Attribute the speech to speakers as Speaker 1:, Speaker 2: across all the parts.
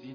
Speaker 1: Si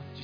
Speaker 1: Tu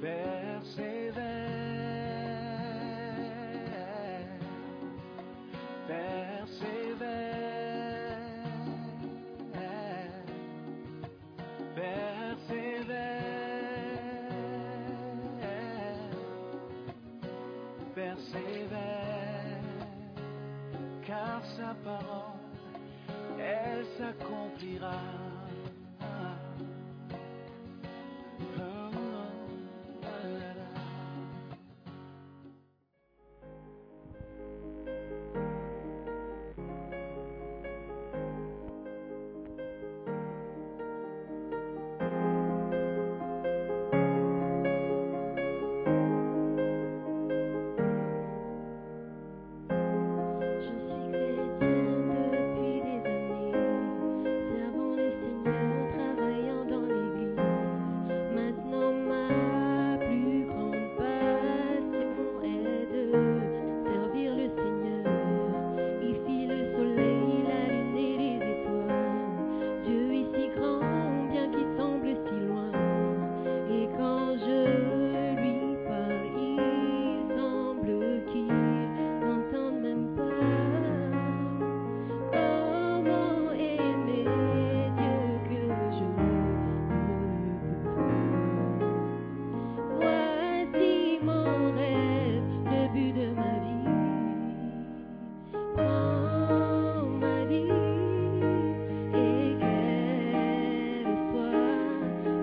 Speaker 1: Persévère, persévère, persévère, persévère, car sa parole, elle s'accomplira.
Speaker 2: Je suis chrétienne depuis des années, servant les seigneurs, travaillant dans l'église. Maintenant, ma plus grande passion est de servir le Seigneur. Ici, le soleil, la lune et les étoiles. Dieu est si grand, bien qu'il semble si loin. Et quand je lui parle, il semble qu'il n'entends même pas comment aimer Dieu que je ne peux. Voici mon rêve, le but de ma vie. Prends ma vie et qu'elle soit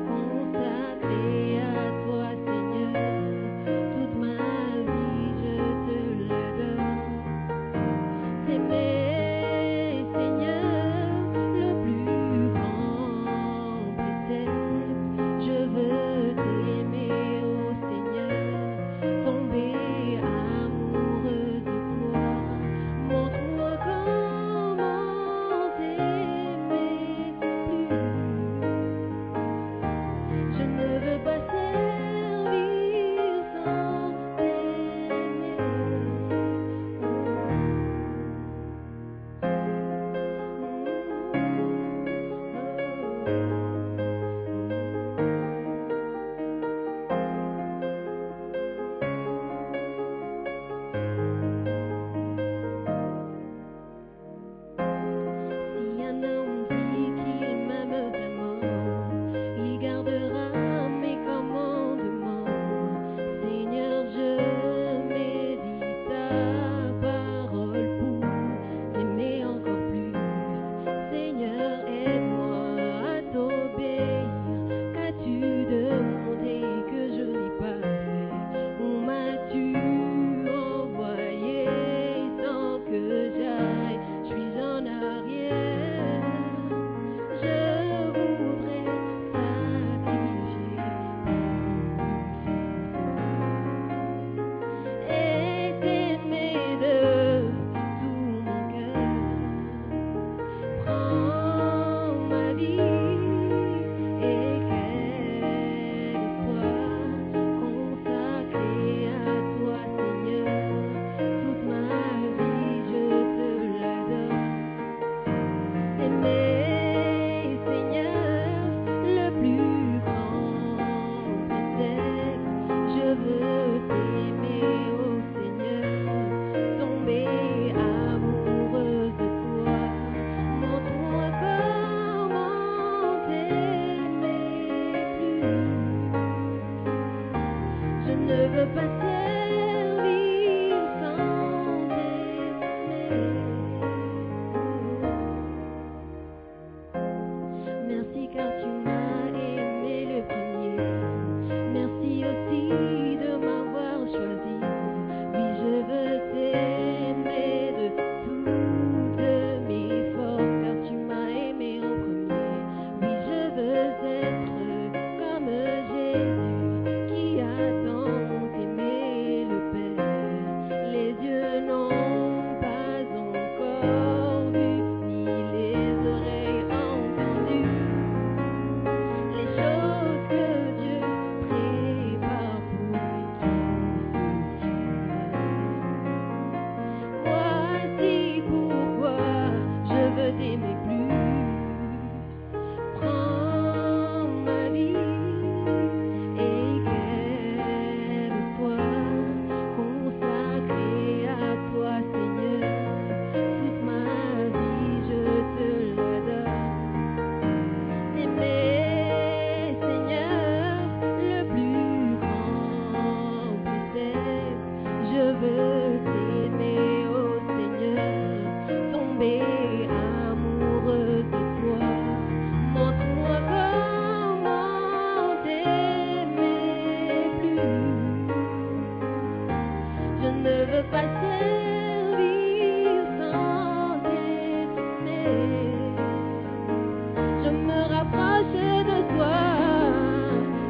Speaker 2: consacrée à toi, Seigneur. Toute ma vie, je te le donne. T'aimer, Seigneur, le plus grand précepte. Je veux t'aimer, ô Seigneur, tomber amoureux de toi. Montre-moi comment t'aimer plus. Je ne veux pas servir sans aimer. Si un homme dit qu'il m'aime vraiment, il gardera mes commandements. Seigneur, je médite ta parole pour t'aimer encore plus. Seigneur, aide-moi à t'obéir. Qu'as-tu demandé que je n'ai pas fait Où m'as-tu envoyé sans que j'aille Je suis en arrière. Je voudrais sacrifier mon et t'aimer de tout mon cœur. Prends ma vie et qu'elle soit consacrée à toi, Seigneur. Toute ma vie, je te la donne. T'aimer, Seigneur, le plus grand précepte. Je veux t'aimer, ô Seigneur, tomber amoureux de toi. Montre-moi comment t'aimer plus. Je ne veux pas servir sans t'aimer. Merci car tu m'as aimé le premier.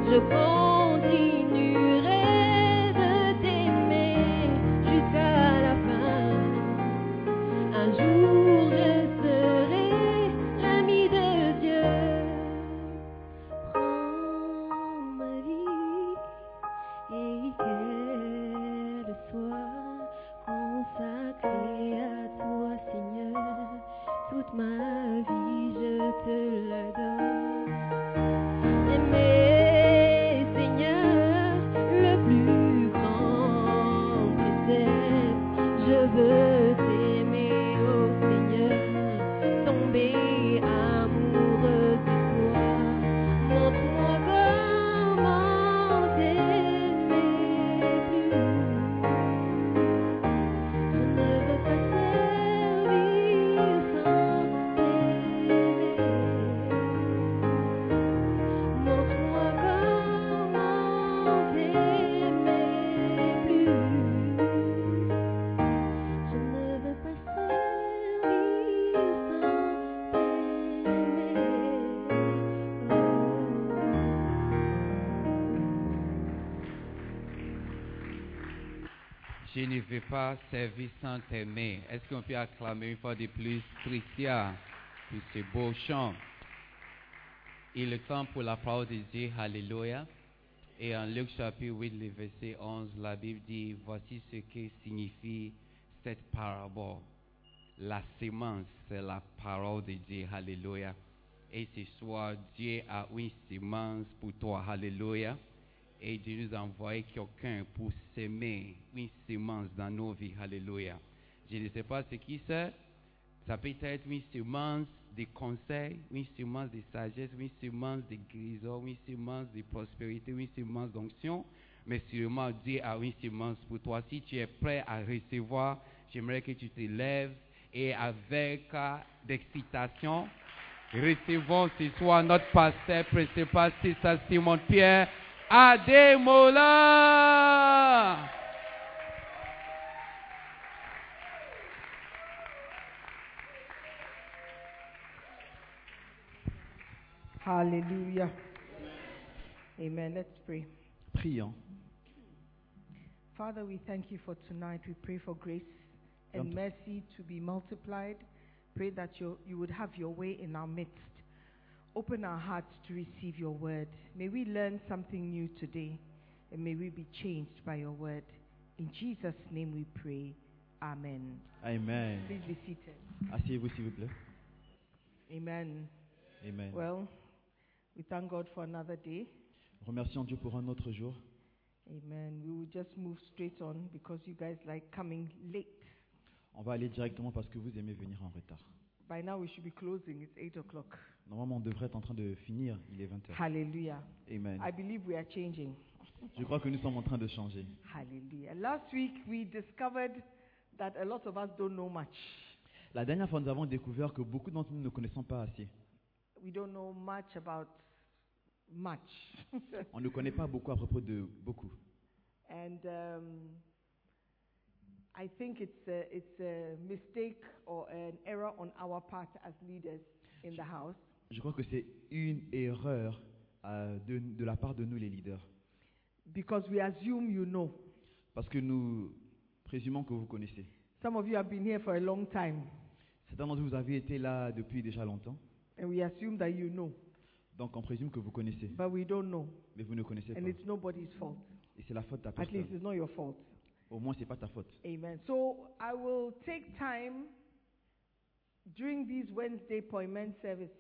Speaker 2: Je continuerai de t'aimer jusqu'à la fin. Un jour je serai l'ami de Dieu. Prends ma vie et qu'elle soit consacrée à toi, Seigneur. Toute ma vie, je te la donne. Aimer, Seigneur, le plus grand précepte, je veux t'aimer, ô Seigneur, tomber amoureux de toi. Montre-moi comment t'aimer plus. Je ne veux pas servir sans t'aimer. Montre-moi comment t'aimer plus. Je ne veux pas servir sans
Speaker 3: Je ne veux pas servir sans t'aimer. Est-ce qu'on peut acclamer une fois de plus Tricia pour ce beau chant Il est temps pour la parole de Dieu. Alléluia. Et en Luc chapitre 8, le verset 11, la Bible dit, voici ce que signifie cette parabole. La semence, c'est la parole de Dieu. Alléluia. Et ce soir, Dieu a une semence pour toi. Alléluia. Et Dieu nous a envoyé quelqu'un pour s'aimer une semence dans nos vies. Alléluia. Je ne sais pas ce qui c'est. Ça peut être une semence de conseil, une semence de sagesse, une semence de guérison, une semence de prospérité, une semence d'onction. Mais sûrement, Dieu a une semence pour toi. Si tu es prêt à recevoir, j'aimerais que tu te lèves et avec euh, d'excitation, recevons ce soir notre pasteur principal, c'est ça Simon Pierre Ademola.
Speaker 4: Hallelujah. Amen. Let's pray.
Speaker 1: Prions.
Speaker 4: Father, we thank you for tonight. We pray for grace and
Speaker 1: Thank you.
Speaker 4: mercy to be multiplied. Pray that you you would have your way in our midst. Open our hearts to receive your word. May we learn something new today and may we be changed by your word. In Jesus' name we pray. Amen.
Speaker 1: Amen.
Speaker 4: Please be seated.
Speaker 1: Asseyez-vous, s'il vous plaît.
Speaker 4: Amen.
Speaker 1: Amen.
Speaker 4: Well, we thank God for another day.
Speaker 1: Remercions Dieu pour un autre jour.
Speaker 4: Amen. We will just move straight on because you guys like coming late.
Speaker 1: On va aller directement parce que vous aimez venir en retard.
Speaker 4: By now we should be closing. It's eight o'clock.
Speaker 1: Normalement, on devrait être en train de finir. Il est 20h.
Speaker 4: Hallelujah.
Speaker 1: Amen.
Speaker 4: I believe we are changing.
Speaker 1: Je crois que nous sommes en train de changer.
Speaker 4: Hallelujah. Last week we discovered that a lot of us don't know much.
Speaker 1: La dernière fois, nous avons découvert que beaucoup d'entre nous ne connaissons pas assez.
Speaker 4: We don't know much about much.
Speaker 1: On ne connaît pas beaucoup à propos de beaucoup.
Speaker 4: and um, I think it's a, it's a mistake or an error on our part as leaders in the house.
Speaker 1: Je crois que c'est une erreur euh, de, de la part de nous, les leaders.
Speaker 4: Because we assume you know.
Speaker 1: Parce que nous présumons que vous connaissez.
Speaker 4: Some of you have been here for a long time,
Speaker 1: Certains d'entre vous avez été là depuis déjà longtemps.
Speaker 4: and we assume that you know,
Speaker 1: Donc, on présume que vous connaissez.
Speaker 4: but we don't know,
Speaker 1: Mais vous ne connaissez pas.
Speaker 4: and it's nobody's fault.
Speaker 1: Et c'est la faute de la
Speaker 4: At least
Speaker 1: personne.
Speaker 4: it's not your fault.
Speaker 1: Au moins, c'est pas ta faute.
Speaker 4: Amen. So I will take time during these Wednesday appointment services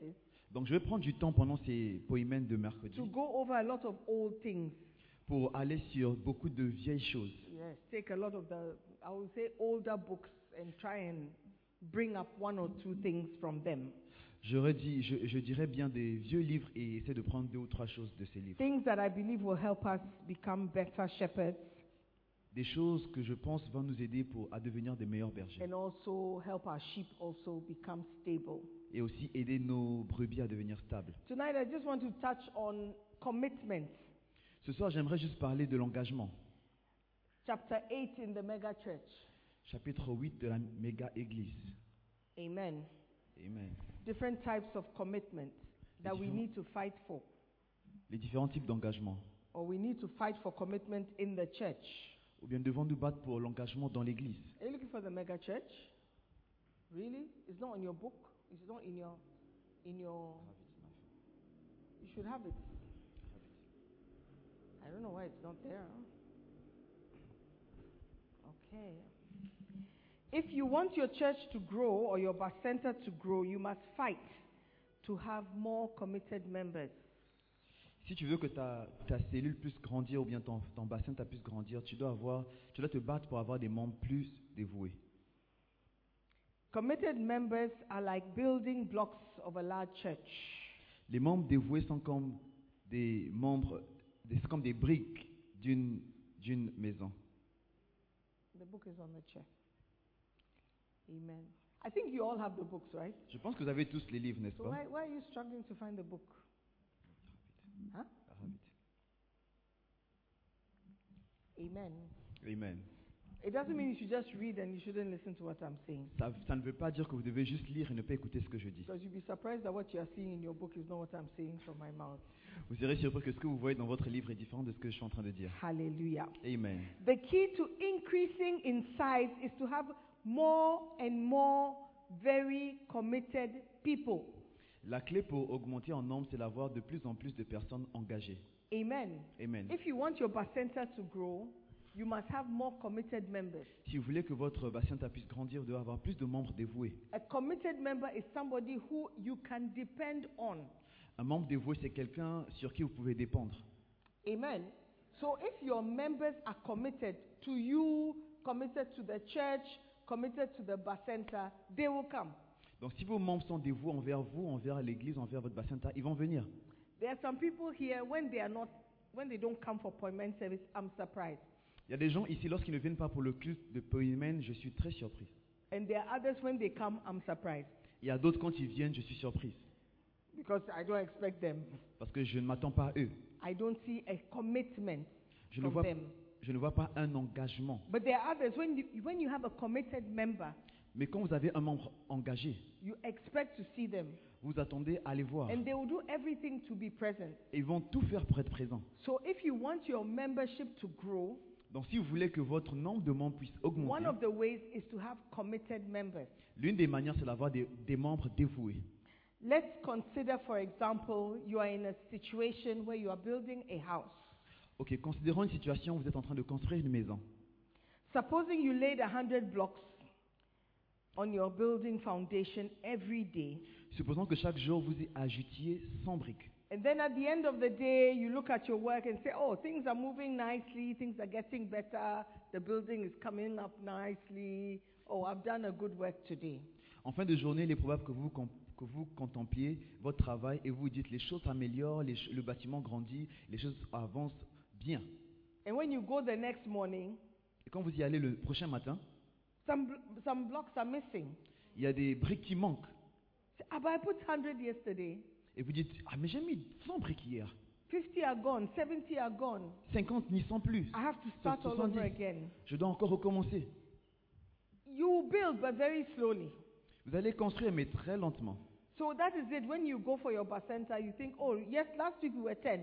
Speaker 1: Donc, je vais prendre du temps pendant ces poémènes de mercredi
Speaker 4: to go over a lot of old things.
Speaker 1: pour aller sur beaucoup de vieilles choses.
Speaker 4: Yes, take a lot of the, I will say, older books and try and bring up one or two things from them.
Speaker 1: J'aurais dit, je, je dirais bien des vieux livres et essayer de prendre deux ou trois choses de ces livres.
Speaker 4: Things that I believe will help us become better shepherds
Speaker 1: Des choses que je pense vont nous aider pour, à devenir des meilleurs bergers.
Speaker 4: and also help our sheep also become stable.
Speaker 1: Et aussi aider nos brebis à devenir stables.
Speaker 4: Tonight, I just want to touch on commitment,
Speaker 1: Ce soir, j'aimerais juste parler de l'engagement.
Speaker 4: chapter 8 in the mega church.
Speaker 1: Chapitre 8 de la méga église.
Speaker 4: Amen.
Speaker 1: Amen.
Speaker 4: Different types of commitment that we
Speaker 1: Different-
Speaker 4: need to fight for.
Speaker 1: les différents types d'engagement.
Speaker 4: or we need to fight for commitment in the church.
Speaker 1: Ou bien nous devons nous battre pour l'engagement dans l'Église.
Speaker 4: Are you looking for the mega church? Really? It's not on your book. It's not in your in your you should have it. I don't know why it's not there. Okay. If you want your church to grow or your bus center to grow, you must fight to have more committed members.
Speaker 1: Si tu veux que ta, ta cellule puisse grandir ou bien ton, ton bassin ta puisse grandir, tu dois, avoir, tu dois te battre pour avoir des membres plus dévoués.
Speaker 4: Committed members are like building blocks of a large church.
Speaker 1: Les membres dévoués sont comme des membres, des- c'est comme des briques d'une d'une maison.
Speaker 4: The book is on the chair. Amen. I think you all have the books, right?
Speaker 1: Je pense que vous avez tous les livres, n'est-ce
Speaker 4: So
Speaker 1: pas
Speaker 4: why, why are you struggling to find the book? Huh?
Speaker 1: Ah, vite.
Speaker 4: Amen.
Speaker 1: Amen.
Speaker 4: It doesn't mean you should just read and you shouldn't listen to what I'm saying.
Speaker 1: Ça, ça ne veut pas dire que vous devez juste lire et ne pas écouter ce que je dis.
Speaker 4: Because you'll be surprised that what you are seeing in your book is not what I'm saying from my mouth.
Speaker 1: Vous serez surpris que ce que vous voyez dans votre livre est différent de ce que je suis en train de dire.
Speaker 4: Hallelujah.
Speaker 1: Amen.
Speaker 4: The key to increasing in size is to have more and more very committed people.
Speaker 1: La clé pour augmenter en nombre, c'est d'avoir de plus en plus de personnes engagées.
Speaker 4: Amen.
Speaker 1: Amen.
Speaker 4: If you want your bus center to grow, you must have more committed members.
Speaker 1: Si vous voulez que votre bassin puisse grandir, vous devez avoir plus de membres dévoués.
Speaker 4: A committed member is somebody who you can depend on.
Speaker 1: Un membre dévoué, c'est quelqu'un sur qui vous pouvez dépendre.
Speaker 4: Amen. So if your members are committed to you, committed to the church, committed to the bus center, they will come.
Speaker 1: Donc si vos membres sont dévoués envers vous, envers l'église, envers votre bassin, ils vont venir.
Speaker 4: There are some people here when they are not when they don't come for appointment service, I'm surprised.
Speaker 1: Il y a des gens ici, lorsqu'ils ne viennent pas pour le culte de Poimen, je suis très surpris.
Speaker 4: And there are others when they come, I'm surprised
Speaker 1: Il y a d'autres, quand ils viennent, je suis surprise.
Speaker 4: because I don't expect them.
Speaker 1: Parce que je ne m'attends pas à eux.
Speaker 4: I don't see a commitment
Speaker 1: Je ne,
Speaker 4: from
Speaker 1: vois,
Speaker 4: them.
Speaker 1: je ne vois pas un engagement.
Speaker 4: But there are others when you, when you have a committed member,
Speaker 1: Mais quand vous avez un membre engagé,
Speaker 4: you expect to see them
Speaker 1: vous attendez à les voir.
Speaker 4: and they will do everything to be present.
Speaker 1: Ils vont tout faire pour être présents.
Speaker 4: So if you want your membership to grow,
Speaker 1: Donc si vous voulez que votre nombre de membres puisse
Speaker 4: One
Speaker 1: augmenter,
Speaker 4: of the ways is to have committed members.
Speaker 1: l'une des manières, c'est d'avoir des, des membres dévoués.
Speaker 4: Let's consider, for example, you are in a situation where you are building a house.
Speaker 1: Ok, considérons une situation où vous êtes en train de construire une maison.
Speaker 4: Supposing you laid 100 blocks on your building foundation every day,
Speaker 1: Supposons que chaque jour, vous y ajoutiez 100 briques.
Speaker 4: and then at the end of the day, you look at your work and say, Oh, things are moving nicely, things are getting better, the building is coming up nicely. Oh, I've done a good work today.
Speaker 1: En fin de journée, il est probable que vous, com- que vous contempliez votre travail et vous vous dites les choses s'améliorent, les ch- le bâtiment grandit, les choses avancent bien.
Speaker 4: And when you go the next morning,
Speaker 1: Et quand vous y allez le prochain matin,
Speaker 4: some, bl- some blocks are missing.
Speaker 1: il y a des briques qui manquent.
Speaker 4: Say, "Ah, but I put 100 yesterday.
Speaker 1: Et vous dites, ah mais j'ai mis 100 briques hier.
Speaker 4: 50 are gone, 70 are gone.
Speaker 1: 50 n'y sont plus.
Speaker 4: I have to start all over
Speaker 1: 70.
Speaker 4: again.
Speaker 1: Je dois encore recommencer.
Speaker 4: You build, but very slowly.
Speaker 1: Vous allez construire, mais très lentement.
Speaker 4: So that is it. When you go for your bus center, you think, oh, yes, last week we were 10.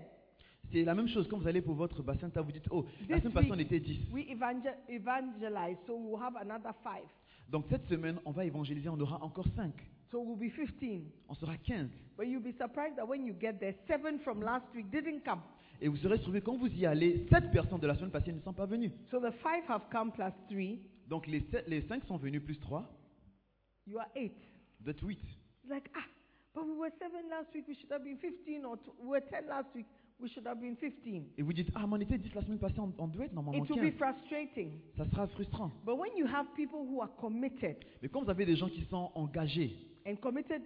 Speaker 1: C'est la même chose quand vous allez pour votre bassin, vous dites, oh, la
Speaker 4: This
Speaker 1: semaine passée,
Speaker 4: week,
Speaker 1: on était 10.
Speaker 4: We evangel- evangelize, so we'll have another 5.
Speaker 1: Donc cette semaine, on va évangéliser, on aura encore 5.
Speaker 4: So we'll be 15.
Speaker 1: On sera 15.
Speaker 4: But you'll be surprised that when you get there, 7 from last week didn't come.
Speaker 1: Et vous serez trouvé, quand vous y allez, 7 personnes de la semaine passée ne sont pas venues.
Speaker 4: So the 5 have come plus 3.
Speaker 1: Donc les, 5 sont venus, plus 3,
Speaker 4: You are 8.
Speaker 1: vous êtes 8.
Speaker 4: It's like, ah, but we were 7 last week. We should have been 15. Or tw- we were 10 last week. We should have been 15.
Speaker 1: Et vous dites, ah, mais on était 10 la semaine passée, on, on doit être normalement
Speaker 4: It will be
Speaker 1: 15.
Speaker 4: frustrating.
Speaker 1: Ça sera frustrant.
Speaker 4: But when you have people who are committed
Speaker 1: Mais quand vous avez des gens qui sont engagés,
Speaker 4: and committed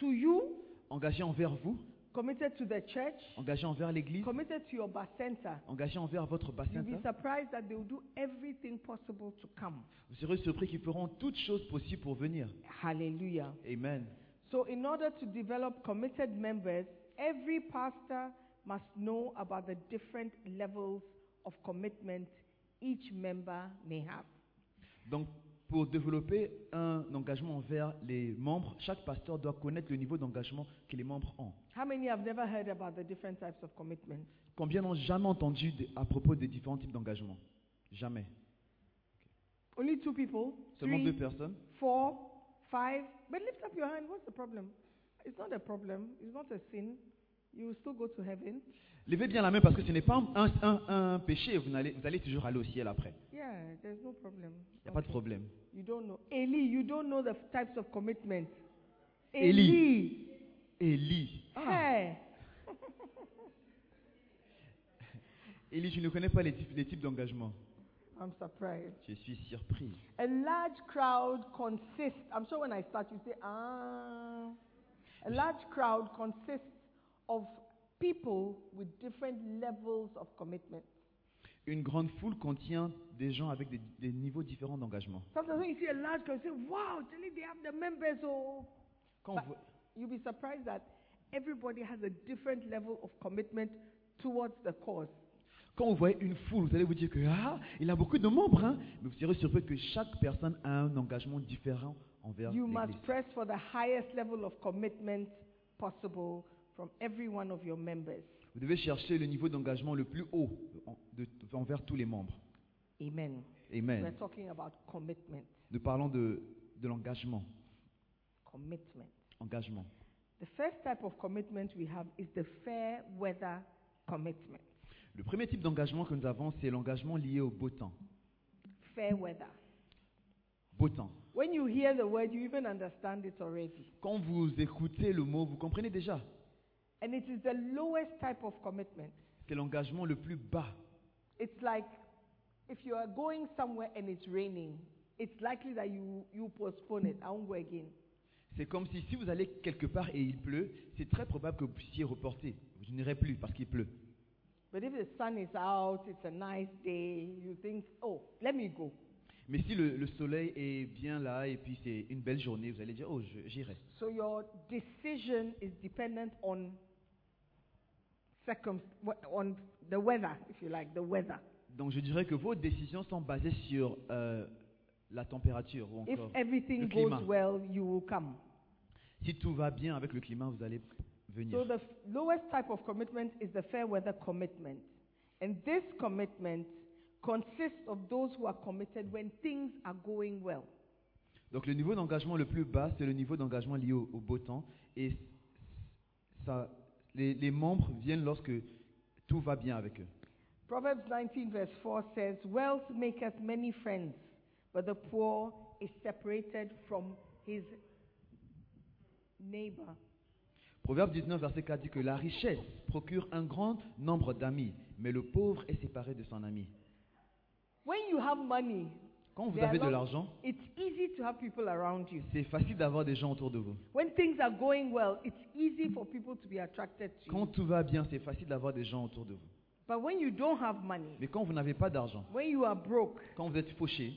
Speaker 4: to you,
Speaker 1: engagés envers vous,
Speaker 4: committed to the church,
Speaker 1: engagés envers l'église,
Speaker 4: committed to your bus center,
Speaker 1: engagés envers votre
Speaker 4: you'll
Speaker 1: bassin,
Speaker 4: be surprised that they will do everything possible to come.
Speaker 1: vous serez surpris qu'ils feront toutes choses possibles pour venir.
Speaker 4: Hallelujah.
Speaker 1: Amen.
Speaker 4: So, in order to develop committed members, every pastor must know about the different levels of commitment each member may have.
Speaker 1: Donc, Pour développer un engagement envers les membres, chaque pasteur doit connaître le niveau d'engagement que les membres ont.
Speaker 4: How many have never heard about the different types of commitments?
Speaker 1: Combien n'ont jamais entendu de- à propos des différents types d'engagement Jamais.
Speaker 4: Only two people?
Speaker 1: Seulement
Speaker 4: Three?
Speaker 1: deux personnes.
Speaker 4: four, five. But lift up your hand. What's the problem? It's not a problem. It's not a sin. You will still go to heaven.
Speaker 1: Levez bien la main parce que ce n'est pas un, un- un péché. Vous, n'allez- vous allez toujours aller au ciel après.
Speaker 4: Yeah, there's no problem.
Speaker 1: Il n'y a pas de
Speaker 4: Okay.
Speaker 1: problème.
Speaker 4: You don't know. Eli, you don't know the f- types of commitment.
Speaker 1: Eli.
Speaker 4: Eli.
Speaker 1: Élie.
Speaker 4: Hey.
Speaker 1: Élie, je ne connais pas les types, les types d'engagement.
Speaker 4: I'm surprised.
Speaker 1: Je suis surpris.
Speaker 4: A large crowd consists, I'm sure when I start you say, ah. A large crowd consists of people with different levels of commitment.
Speaker 1: Une grande foule contient des gens avec des, des niveaux différents d'engagement.
Speaker 4: Sometimes when you see a large crowd, you say, wow, Jenny, they have the members. Oh.
Speaker 1: Quand on
Speaker 4: But
Speaker 1: voit-
Speaker 4: you'll be surprised that everybody has a different level of commitment towards the cause.
Speaker 1: Quand vous voyez une foule, vous allez vous dire que ah, il a beaucoup de membres, hein. mais vous serez surpris que chaque personne a un engagement différent envers
Speaker 4: You
Speaker 1: l'Église.
Speaker 4: must press for the highest level of commitment possible from every one of your members.
Speaker 1: Vous devez chercher le niveau d'engagement le plus haut en- de- envers tous les membres.
Speaker 4: Amen. We're
Speaker 1: Amen.
Speaker 4: talking about commitment.
Speaker 1: Nous parlons de, de l'engagement.
Speaker 4: Commitment.
Speaker 1: Engagement.
Speaker 4: The first type of commitment we have is the fair weather commitment.
Speaker 1: Le premier type d'engagement que nous avons, c'est l'engagement lié au beau temps.
Speaker 4: Fair weather.
Speaker 1: Beau temps.
Speaker 4: When you hear the word, you even understand it already.
Speaker 1: Quand vous écoutez le mot, vous comprenez déjà.
Speaker 4: And it is the lowest type of commitment.
Speaker 1: C'est l'engagement le plus bas.
Speaker 4: It's like if you are going somewhere and it's raining, it's likely that you, you postpone it. I won't go again.
Speaker 1: C'est comme si si vous allez quelque part et il pleut, c'est très probable que vous puissiez reporter. Vous n'irez plus parce qu'il pleut.
Speaker 4: But if the sun is out, it's a nice day, you think, oh, let me go.
Speaker 1: Mais si le, le soleil est bien là et puis c'est une belle journée, vous allez dire, oh, je- j'irai.
Speaker 4: So your decision is dependent on circum- on the weather, if you like, the weather.
Speaker 1: Donc je dirais que vos décisions sont basées sur euh, la température ou
Speaker 4: If
Speaker 1: encore.
Speaker 4: everything
Speaker 1: le
Speaker 4: goes
Speaker 1: climat.
Speaker 4: well, you will come.
Speaker 1: Si tout va bien avec le climat, vous allez venir.
Speaker 4: So the f- lowest type of commitment is the fair weather commitment. And this commitment consists of those who are committed when things are going well.
Speaker 1: Donc le niveau d'engagement le plus bas, c'est le niveau d'engagement lié au, au beau temps. Et ça, les, les membres viennent lorsque tout va bien avec eux.
Speaker 4: Proverbs 19 verse 4 says, Wealth maketh many friends, but the poor is separated from his neighbor.
Speaker 1: Proverbe 19, verset 4 dit que la richesse procure un grand nombre d'amis, mais le pauvre est séparé de son ami.
Speaker 4: When you have money,
Speaker 1: Quand vous
Speaker 4: there are
Speaker 1: avez de
Speaker 4: lot-
Speaker 1: l'argent,
Speaker 4: it's easy to have people around you.
Speaker 1: c'est facile d'avoir des gens autour de vous.
Speaker 4: When things are going well, it's easy for people to be attracted to
Speaker 1: Quand
Speaker 4: you.
Speaker 1: tout va bien, c'est facile d'avoir des gens autour de vous.
Speaker 4: But when you don't have money,
Speaker 1: Mais quand vous n'avez pas d'argent,
Speaker 4: when you are broke,
Speaker 1: quand vous êtes fauché,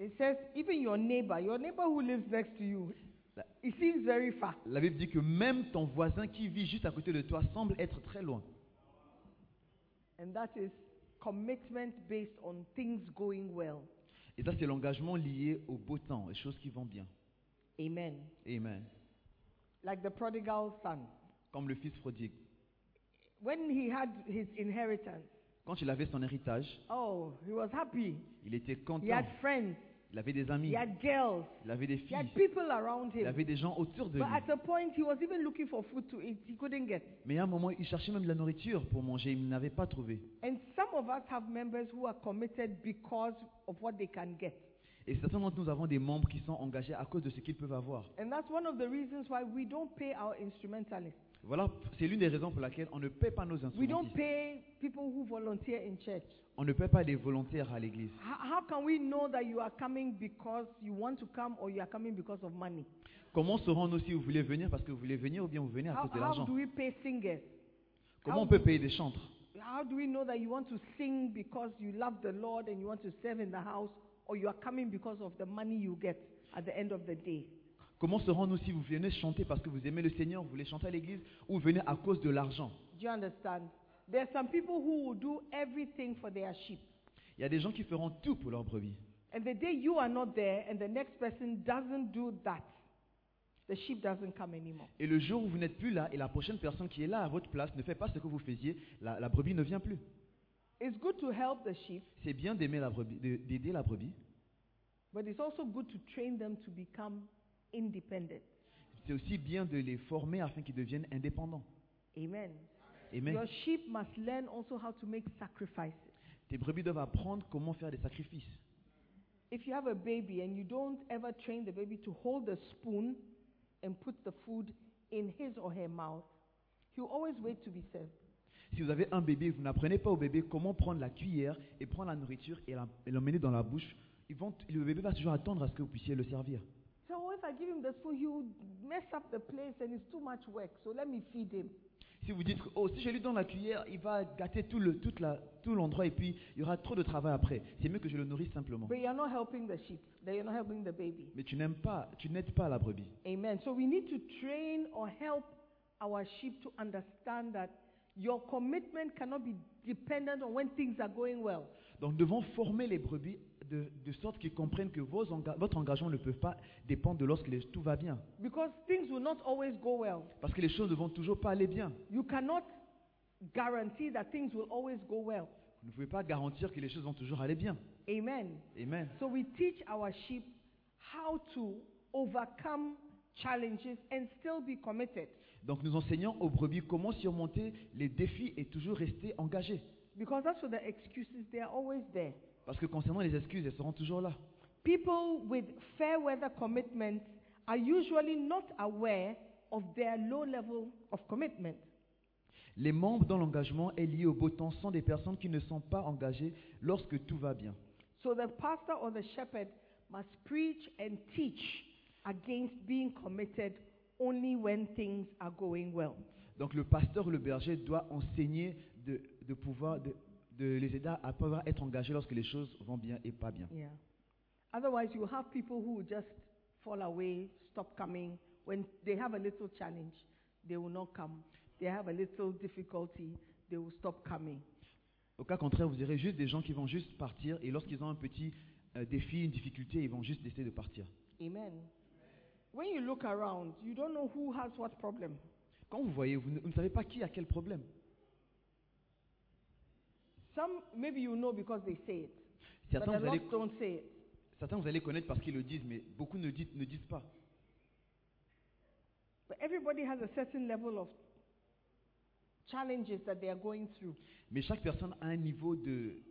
Speaker 4: It says, even your neighbor, your neighbor who lives next to you, it seems very far.
Speaker 1: la Bible dit que même ton voisin qui vit juste à côté de toi semble être très loin.
Speaker 4: And that is commitment based on things going well.
Speaker 1: Et ça, c'est l'engagement lié au beau temps, les choses qui vont bien.
Speaker 4: Amen.
Speaker 1: Amen.
Speaker 4: Like the prodigal son.
Speaker 1: Comme le fils prodigue.
Speaker 4: When he had his inheritance,
Speaker 1: Quand il avait son héritage,
Speaker 4: oh, he was happy.
Speaker 1: il était
Speaker 4: He had
Speaker 1: content.
Speaker 4: friends,
Speaker 1: Il avait des amis,
Speaker 4: he had girls,
Speaker 1: il avait des
Speaker 4: he had
Speaker 1: filles,
Speaker 4: people around
Speaker 1: il
Speaker 4: him.
Speaker 1: avait des gens autour de
Speaker 4: But
Speaker 1: lui.
Speaker 4: at a point, he was even looking for food to eat. He couldn't get.
Speaker 1: Mais à un moment, il cherchait même de la nourriture pour manger, il n'avait pas trouvé.
Speaker 4: And some of us have members who are committed because of what they can get.
Speaker 1: Et certains d'entre nous avons des membres qui sont engagés à cause de ce qu'ils peuvent avoir.
Speaker 4: And that's one of the reasons why we don't pay our instrumentalists.
Speaker 1: Voilà, c'est l'une des raisons pour laquelle on ne paie pas nos
Speaker 4: We don't
Speaker 1: instrumentistes.
Speaker 4: pay people who volunteer in church.
Speaker 1: On ne paie pas les volontaires à l'église.
Speaker 4: How, how can we know that you are coming because you want to come or you are coming because of money?
Speaker 1: Comment saurons-nous si vous voulez venir parce que vous voulez venir ou bien vous venez à
Speaker 4: How,
Speaker 1: cause de
Speaker 4: how
Speaker 1: l'argent
Speaker 4: do we pay singers?
Speaker 1: Comment on peut payer des chantres
Speaker 4: How do we know that you want to sing because you love the Lord and you want to serve in the house or you are coming because of the money you get at the end of the day?
Speaker 1: Comment saurons-nous si vous venez chanter parce que vous aimez le Seigneur, vous voulez chanter à l'église ou vous venez à cause de l'argent
Speaker 4: Do you understand? There are some people who will do everything for their sheep.
Speaker 1: Il y a des gens qui feront tout pour leurs brebis.
Speaker 4: And the day you are not there and the next person doesn't do that, the sheep doesn't come anymore.
Speaker 1: Et le jour où vous n'êtes plus là et la prochaine personne qui est là à votre place ne fait pas ce que vous faisiez, la, la brebis ne vient plus.
Speaker 4: It's good to help the sheep,
Speaker 1: C'est bien d'aimer la brebis, de- d'aider la brebis.
Speaker 4: but it's also good to train them to become independent.
Speaker 1: C'est aussi bien de les former afin qu'ils deviennent indépendants.
Speaker 4: Amen. Your
Speaker 1: Amen.
Speaker 4: sheep must learn also how to make sacrifices.
Speaker 1: Tes brebis doivent apprendre comment faire des sacrifices.
Speaker 4: If you have a baby and you don't ever train the baby to hold the spoon and put the food in his or her mouth, he'll always wait to be served.
Speaker 1: Si vous avez un bébé, vous n'apprenez pas au bébé comment prendre la cuillère et prendre la nourriture et la- et l'emmener dans la bouche. Ils vont- le bébé va toujours attendre à ce que vous puissiez le servir.
Speaker 4: So oh, if I give him the spoon, he will mess up the place and it's too much work. So let me feed him.
Speaker 1: Si vous dites, que, oh, si je lui donne la cuillère, il va gâter tout le- toute la- tout l'endroit et puis il y aura trop de travail après. C'est mieux que je le nourrisse simplement.
Speaker 4: But you're not helping the sheep. Then you're not helping the baby.
Speaker 1: Mais tu n'aimes pas, tu n'aides pas la brebis.
Speaker 4: Amen. So we need to train or help our sheep to understand that your commitment cannot be dependent on when things are going well.
Speaker 1: Donc nous devons former les brebis de, de sorte qu'ils comprennent que vos enga- votre engagement ne peut pas dépendre de lorsque les- tout va bien.
Speaker 4: Because things will not always go well.
Speaker 1: Parce que les choses ne vont toujours pas aller bien.
Speaker 4: You cannot guarantee that things will always go well.
Speaker 1: Vous ne pouvez pas garantir que les choses vont toujours aller bien.
Speaker 4: Amen.
Speaker 1: Amen.
Speaker 4: So we teach our sheep how to overcome challenges and still be committed.
Speaker 1: Donc nous enseignons aux brebis comment surmonter les défis et toujours rester engagés.
Speaker 4: Because as for the excuses, they are always there.
Speaker 1: Parce que concernant les excuses, elles seront toujours là.
Speaker 4: People with fair weather commitments are usually not aware of their low level of commitment.
Speaker 1: Les membres dans l'engagement est lié au beau temps sont des personnes qui ne sont pas engagées lorsque tout va bien.
Speaker 4: So the pastor or the shepherd must preach and teach against being committed only when things are going well.
Speaker 1: Donc le pasteur ou le berger doit enseigner de, de pouvoir de, de les aider à pouvoir être engagés lorsque les choses vont bien et pas bien.
Speaker 4: Yeah. Otherwise, you have people who will just fall away, stop coming. When they have a little challenge, they will not come. They have a little difficulty, they will stop coming.
Speaker 1: Au cas contraire, vous aurez juste des gens qui vont juste partir et lorsqu'ils ont un petit euh, défi, une difficulté, ils vont juste essayer de partir.
Speaker 4: Amen. When you look around, you don't know who has what problem.
Speaker 1: Quand vous voyez, vous ne, vous ne savez pas qui a quel problème.
Speaker 4: Some, maybe you know because they say it, but
Speaker 1: Certains
Speaker 4: a
Speaker 1: vous,
Speaker 4: lot
Speaker 1: allez,
Speaker 4: don't say it.
Speaker 1: certains, vous allez connaître parce qu'ils le disent, mais beaucoup ne, dit- ne disent pas.
Speaker 4: But everybody has a certain level of challenges that they are going through.
Speaker 1: Mais chaque personne a un niveau de,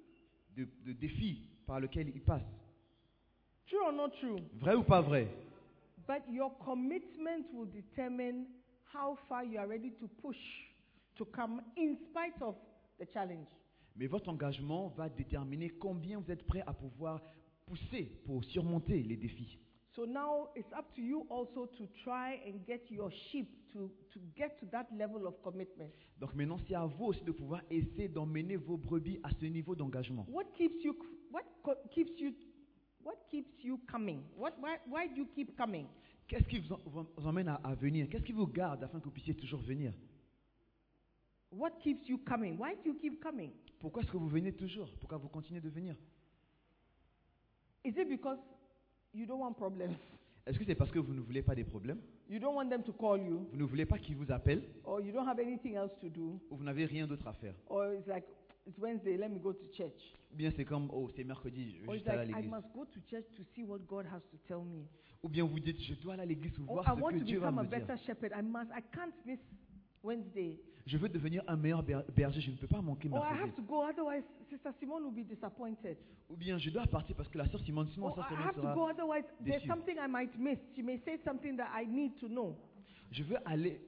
Speaker 1: de, de défi par lequel il passe.
Speaker 4: True or not true?
Speaker 1: Vrai ou pas vrai
Speaker 4: But your commitment will determine how far you are ready to push to come in spite of the challenge.
Speaker 1: Mais votre engagement va déterminer combien vous êtes prêt à pouvoir pousser pour surmonter les défis.
Speaker 4: So now it's up to you also to try and get your sheep to, to get to that level of commitment.
Speaker 1: Donc maintenant, c'est à vous aussi de pouvoir essayer d'emmener vos brebis à ce niveau d'engagement.
Speaker 4: What keeps you what co- keeps you what keeps you coming? What why why do you keep coming?
Speaker 1: Qu'est-ce qui vous, en- vous emmène à, à venir Qu'est-ce qui vous garde afin que vous puissiez toujours venir
Speaker 4: What keeps you coming? Why do you keep coming?
Speaker 1: Pourquoi est-ce que vous venez toujours Pourquoi vous continuez de venir
Speaker 4: Is it because you don't want problems?
Speaker 1: Est-ce que c'est parce que vous ne voulez pas des problèmes
Speaker 4: You don't want them to call you
Speaker 1: Vous ne voulez pas qu'ils vous appellent
Speaker 4: or you don't have anything else to do?
Speaker 1: ou vous n'avez rien d'autre à faire
Speaker 4: Or it's like, it's Wednesday, let me go to church.
Speaker 1: Ou bien c'est comme, oh, c'est mercredi, je vais
Speaker 4: Or it's
Speaker 1: juste aller
Speaker 4: like,
Speaker 1: à
Speaker 4: I
Speaker 1: l'église.
Speaker 4: must go to church to see what God has to tell me.
Speaker 1: Ou bien vous dites, je dois aller à l'église pour
Speaker 4: Or
Speaker 1: voir
Speaker 4: Oh, I
Speaker 1: ce
Speaker 4: want
Speaker 1: que
Speaker 4: to
Speaker 1: Dieu va
Speaker 4: become a
Speaker 1: me dire.
Speaker 4: better shepherd. I must, I can't miss Wednesday.
Speaker 1: Je veux devenir un meilleur ber- berger, je ne peux pas manquer
Speaker 4: Or Oh, I
Speaker 1: mercredi.
Speaker 4: have to go, otherwise Sister Simone will be disappointed.
Speaker 1: Ou bien je dois partir parce que la sœur Simone, sinon
Speaker 4: Or
Speaker 1: la sœur
Speaker 4: Oh, I
Speaker 1: Simone
Speaker 4: have to
Speaker 1: sera...
Speaker 4: go, otherwise there's
Speaker 1: déçue.
Speaker 4: something I might miss. She may say something that I need to know.
Speaker 1: Je veux aller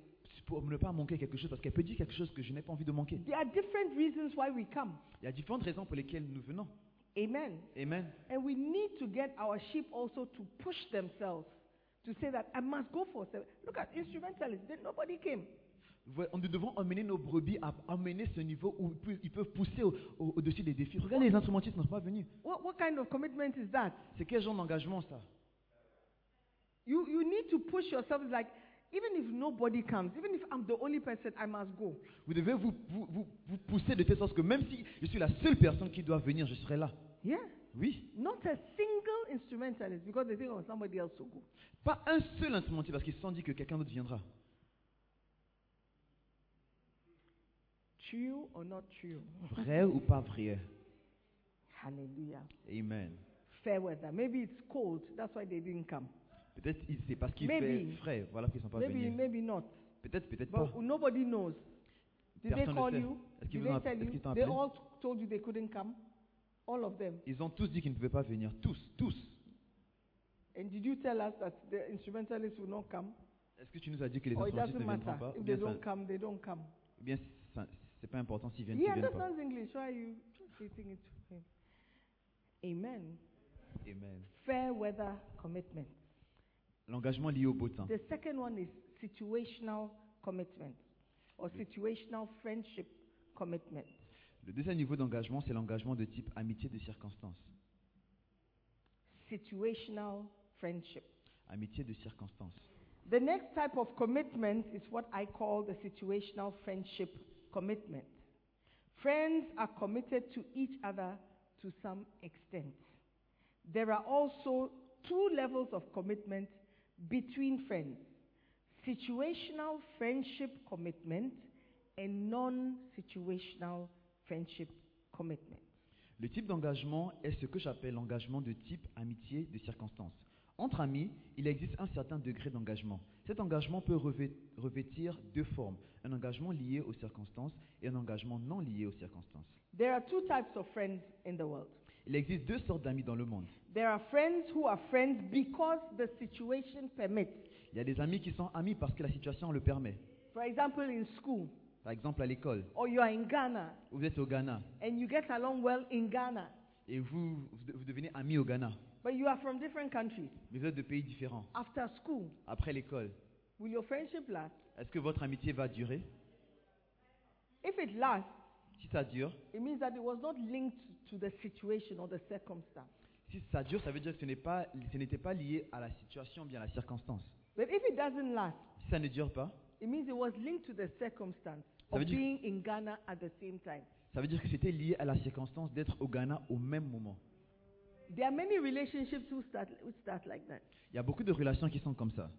Speaker 1: pour ne pas manquer quelque chose parce qu'elle peut dire quelque chose que je n'ai pas envie de manquer.
Speaker 4: There are different reasons why we come.
Speaker 1: Il y a différentes raisons pour lesquelles nous venons.
Speaker 4: Amen.
Speaker 1: Amen.
Speaker 4: And we need to get our sheep also to push themselves to say that I must go for seven. Look at instrumentalists, then nobody came.
Speaker 1: Voi- Nous devons emmener nos brebis à emmener ce niveau où ils pu- ils peuvent pousser au- au- au-dessus des défis. Regardez, les instrumentistes ne sont pas venus.
Speaker 4: What, what kind of commitment is that?
Speaker 1: C'est quel genre d'engagement ça
Speaker 4: You, you need to push yourself. It's like, even if nobody comes, even if I'm the only person, I must go.
Speaker 1: Vous devez vous, vous, vous, vous pousser de telle sorte que même si je suis la seule personne qui doit venir, je serai là.
Speaker 4: Yeah.
Speaker 1: Oui.
Speaker 4: Not a single instrumentalist because they think, oh, somebody else will go.
Speaker 1: Pas un seul instrumentiste parce qu'ils se sont dit que quelqu'un d'autre viendra.
Speaker 4: True or not true?
Speaker 1: Vrai ou pas vrai
Speaker 4: Hallelujah.
Speaker 1: Amen.
Speaker 4: Fair weather. Maybe it's cold. That's why they didn't come.
Speaker 1: Peut-être il- c'est parce qu'il fait
Speaker 4: Maybe.
Speaker 1: frais, voilà qu'ils ne sont pas
Speaker 4: maybe,
Speaker 1: venus.
Speaker 4: maybe not.
Speaker 1: Peut-être, peut-être pas.
Speaker 4: But nobody knows. Did they
Speaker 1: Personne
Speaker 4: call
Speaker 1: ne sait.
Speaker 4: you?
Speaker 1: Est-ce qu'ils
Speaker 4: Did
Speaker 1: vous ont
Speaker 4: they
Speaker 1: app-
Speaker 4: tell
Speaker 1: est-ce qu'ils
Speaker 4: you?
Speaker 1: t'ont
Speaker 4: They
Speaker 1: appelé
Speaker 4: all told you they couldn't come. All of them.
Speaker 1: Ils ont tous dit qu'ils ne pouvaient pas venir. Tous, tous.
Speaker 4: And did you tell us that the instrumentalists will not come?
Speaker 1: Est-ce que tu nous as dit que les
Speaker 4: or Oh, it
Speaker 1: instrumentistes ne
Speaker 4: doesn't
Speaker 1: viendront
Speaker 4: matter.
Speaker 1: pas Ou
Speaker 4: If they
Speaker 1: bien, ça-
Speaker 4: don't come, they don't come.
Speaker 1: ou bien ça- c'est pas important s'ils viennent,
Speaker 4: He
Speaker 1: s'ils viennent pas.
Speaker 4: understands English. Why are you treating it to him? Amen.
Speaker 1: Amen.
Speaker 4: Fair weather commitment.
Speaker 1: L'engagement lié au beau temps.
Speaker 4: The second one is situational commitment or situational friendship commitment.
Speaker 1: Le deuxième niveau d'engagement, c'est l'engagement de type amitié de circonstance.
Speaker 4: Situational friendship.
Speaker 1: Amitié de circonstance.
Speaker 4: The next type of commitment is what I call the situational friendship commitment. Friends are committed to each other to some extent. There are also two levels of commitment between friends situational friendship commitment and non situational friendship commitment.
Speaker 1: Le type d'engagement est ce que j'appelle l'engagement de type amitié de circonstance. Entre amis, il existe un certain degré d'engagement. Cet engagement peut revêt- revêtir deux formes, un engagement lié aux circonstances et un engagement non lié aux circonstances.
Speaker 4: There are two types of friends in the world.
Speaker 1: Il existe deux sortes d'amis dans le monde.
Speaker 4: There are friends who are friends because the situation permits.
Speaker 1: Il y a des amis qui sont amis parce que la situation le permet.
Speaker 4: For example, in school,
Speaker 1: Par exemple à l'école,
Speaker 4: or you are in Ghana
Speaker 1: vous êtes au Ghana
Speaker 4: and you get along well in Ghana,
Speaker 1: et vous, vous de- vous devenez amis au Ghana.
Speaker 4: but you are from different countries.
Speaker 1: Mais vous êtes de pays différents.
Speaker 4: After school,
Speaker 1: Après l'école,
Speaker 4: will your friendship last?
Speaker 1: est-ce que votre amitié va durer
Speaker 4: If it lasts,
Speaker 1: Si ça dure,
Speaker 4: it means that it was not linked to the situation or the circumstance.
Speaker 1: Si ça dure, ça veut dire que ce n'est pas- ce n'était pas, lié à la situation, bien à la circonstance.
Speaker 4: But if it doesn't last,
Speaker 1: Si ça ne dure pas,
Speaker 4: it means it was linked to the circumstance
Speaker 1: Ça
Speaker 4: of
Speaker 1: veut dire-
Speaker 4: being in Ghana at the same time.
Speaker 1: ça veut dire que c'était lié à la circonstance d'être au Ghana au même moment.
Speaker 4: There are many relationships who start, who start like that.
Speaker 1: Il y a beaucoup de relations qui sont comme ça.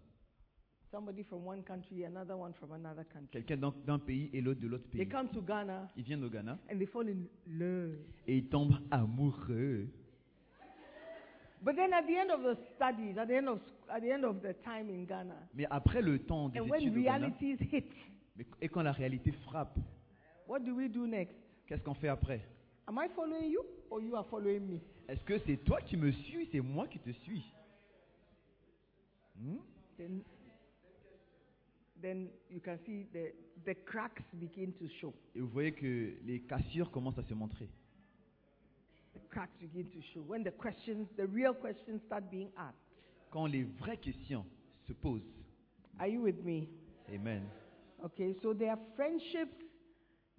Speaker 4: Somebody from one country, another one from another country.
Speaker 1: Quelqu'un d'un- d'un pays et l'autre de l'autre
Speaker 4: They
Speaker 1: pays.
Speaker 4: come to Ghana
Speaker 1: Ils viennent au Ghana
Speaker 4: and they fall in love.
Speaker 1: et ils tombent amoureux.
Speaker 4: But then at the end of the studies, at the end of, sc- at the end of the time in Ghana,
Speaker 1: Mais après le temps des
Speaker 4: and
Speaker 1: études
Speaker 4: when
Speaker 1: au Ghana,
Speaker 4: realities hit,
Speaker 1: mais- et quand la réalité frappe,
Speaker 4: what do we do next?
Speaker 1: qu'est-ce qu'on fait après
Speaker 4: Am I following you or you are following me?
Speaker 1: Est-ce que c'est toi qui me suis, c'est moi qui te suis Hmm
Speaker 4: Then, then you can see the, the cracks begin to show.
Speaker 1: Et vous voyez que les cassures commencent à se montrer.
Speaker 4: The cracks begin to show. When the questions, the real questions start being asked.
Speaker 1: Quand les vraies questions se posent.
Speaker 4: Are you with me?
Speaker 1: Amen.
Speaker 4: Okay, so there are friendships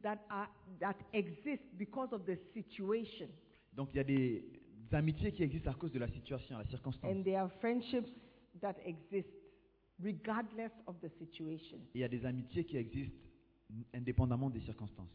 Speaker 4: that, are, that exist because of the situation,
Speaker 1: Donc il y a des amitiés qui existent à cause de la situation, la circonstance.
Speaker 4: and there are friendships that exist regardless of the situation.
Speaker 1: Et il y a des amitiés qui existent indépendamment des circonstances.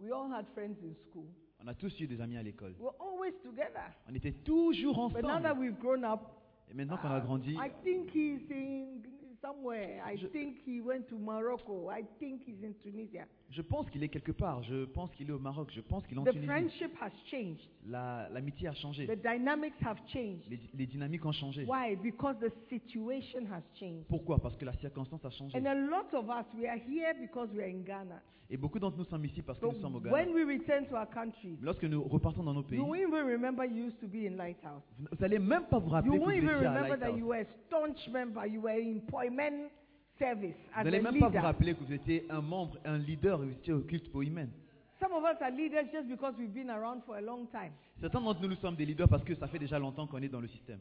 Speaker 4: We all had friends in school.
Speaker 1: On a tous eu des amis à l'école.
Speaker 4: We were always together.
Speaker 1: On était toujours
Speaker 4: But now that
Speaker 1: ensemble.
Speaker 4: we've grown up,
Speaker 1: Et maintenant qu'on a
Speaker 4: uh,
Speaker 1: grandi,
Speaker 4: I think he's in somewhere. I
Speaker 1: Je-
Speaker 4: think he went to Morocco. I think he's in Tunisia.
Speaker 1: je pense qu'il est quelque part. Je pense qu'il est au Maroc. Je pense qu'il est en
Speaker 4: The
Speaker 1: Tunisie.
Speaker 4: friendship has changed.
Speaker 1: La- L'amitié a changé.
Speaker 4: The dynamics have changed.
Speaker 1: Les, les dynamiques ont changé.
Speaker 4: Why? Because the situation has changed.
Speaker 1: Pourquoi Parce que la circonstance a changé.
Speaker 4: And a lot of us, we are here because we are in Ghana.
Speaker 1: Et beaucoup d'entre nous sommes ici parce que
Speaker 4: So
Speaker 1: nous sommes au Ghana.
Speaker 4: when we return to our country,
Speaker 1: Mais Lorsque nous repartons dans nos pays,
Speaker 4: you
Speaker 1: vous
Speaker 4: won't even remember you used to be in Lighthouse.
Speaker 1: vous n'allez même pas vous
Speaker 4: You
Speaker 1: rappeler que vous
Speaker 4: won't even
Speaker 1: étiez à
Speaker 4: remember that
Speaker 1: Lighthouse.
Speaker 4: you were a staunch member. You were in employment service
Speaker 1: Vous
Speaker 4: as a
Speaker 1: n'allez même pas vous
Speaker 4: leader.
Speaker 1: rappeler que vous étiez un membre, un leader, vous étiez au culte poïmen.
Speaker 4: Some of us are leaders just because we've been around for a long time.
Speaker 1: Certains d'entre nous, nous sommes des leaders parce que ça fait déjà longtemps qu'on est dans le système,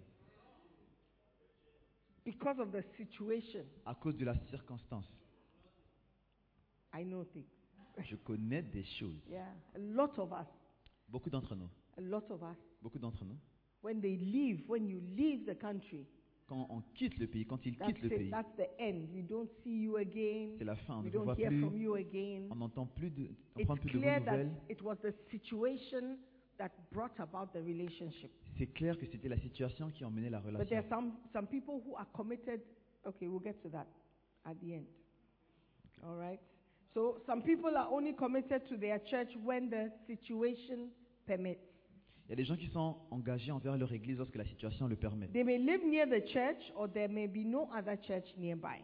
Speaker 4: Because of the situation,
Speaker 1: à cause de la circonstance.
Speaker 4: I know things.
Speaker 1: Je connais des choses.
Speaker 4: Yeah. A lot of us,
Speaker 1: Beaucoup d'entre nous,
Speaker 4: a lot of us,
Speaker 1: beaucoup d'entre nous,
Speaker 4: when they leave, when you leave the country,
Speaker 1: quand on quitte le pays, quand ils
Speaker 4: that's
Speaker 1: quittent le
Speaker 4: it.
Speaker 1: pays,
Speaker 4: That's the end. We don't see you again.
Speaker 1: c'est la fin. On
Speaker 4: We
Speaker 1: ne vous voit
Speaker 4: don't hear from
Speaker 1: plus,
Speaker 4: you again.
Speaker 1: on n'entend plus de, on prend plus
Speaker 4: It's
Speaker 1: de vos
Speaker 4: clear that
Speaker 1: nouvelles.
Speaker 4: it was the situation that brought about the relationship.
Speaker 1: C'est clair que c'était la situation qui emmenait la
Speaker 4: But there
Speaker 1: relation.
Speaker 4: are some, some people who are committed. Okay, we'll get to that at the end. All right? So some people are only committed to their church when the situation permits.
Speaker 1: Il y a des gens qui sont engagés envers leur église lorsque la situation le permet.
Speaker 4: They may live near the church or there may be no other church nearby.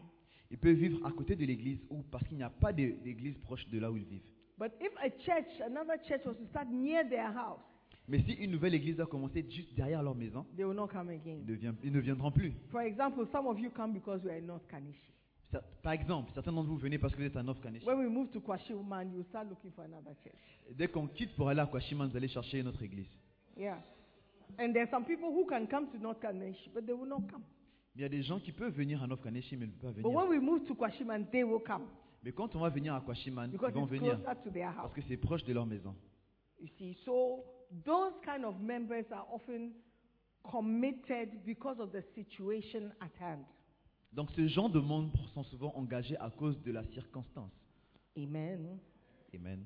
Speaker 1: Ils peuvent vivre à côté de l'église ou parce qu'il n'y a pas de- d'église proche de là où ils vivent.
Speaker 4: But if a church, another church was to start near their house,
Speaker 1: Mais si une nouvelle église a commencé juste derrière leur maison,
Speaker 4: they will not come
Speaker 1: ils
Speaker 4: again.
Speaker 1: ne, vient- ils ne viendront plus.
Speaker 4: For example, some of you come because we are in North Kanishi.
Speaker 1: Ça- Par exemple, certains d'entre vous venez parce que vous êtes un offre
Speaker 4: When we move to Kwashiuman, you start looking for another church.
Speaker 1: Dès qu'on quitte pour aller à Kwashima, vous allez chercher une autre église.
Speaker 4: Yeah. And there's some people who can come to North Kanishi, but they will not come.
Speaker 1: Mais il y a des gens qui peuvent venir à Novkaneshi, mais ils ne peuvent pas
Speaker 4: But when we
Speaker 1: venir.
Speaker 4: move to Kwashiman, they will come
Speaker 1: Mais quand on va venir à Kwashiman, ils
Speaker 4: because
Speaker 1: vont
Speaker 4: it's
Speaker 1: venir
Speaker 4: closer to their house.
Speaker 1: parce que c'est proche de leur maison.
Speaker 4: You see, so those kind of members are often committed because of the situation at hand.
Speaker 1: Donc ce genre de monde sont souvent engagés à cause de la circonstance.
Speaker 4: Amen.
Speaker 1: Amen.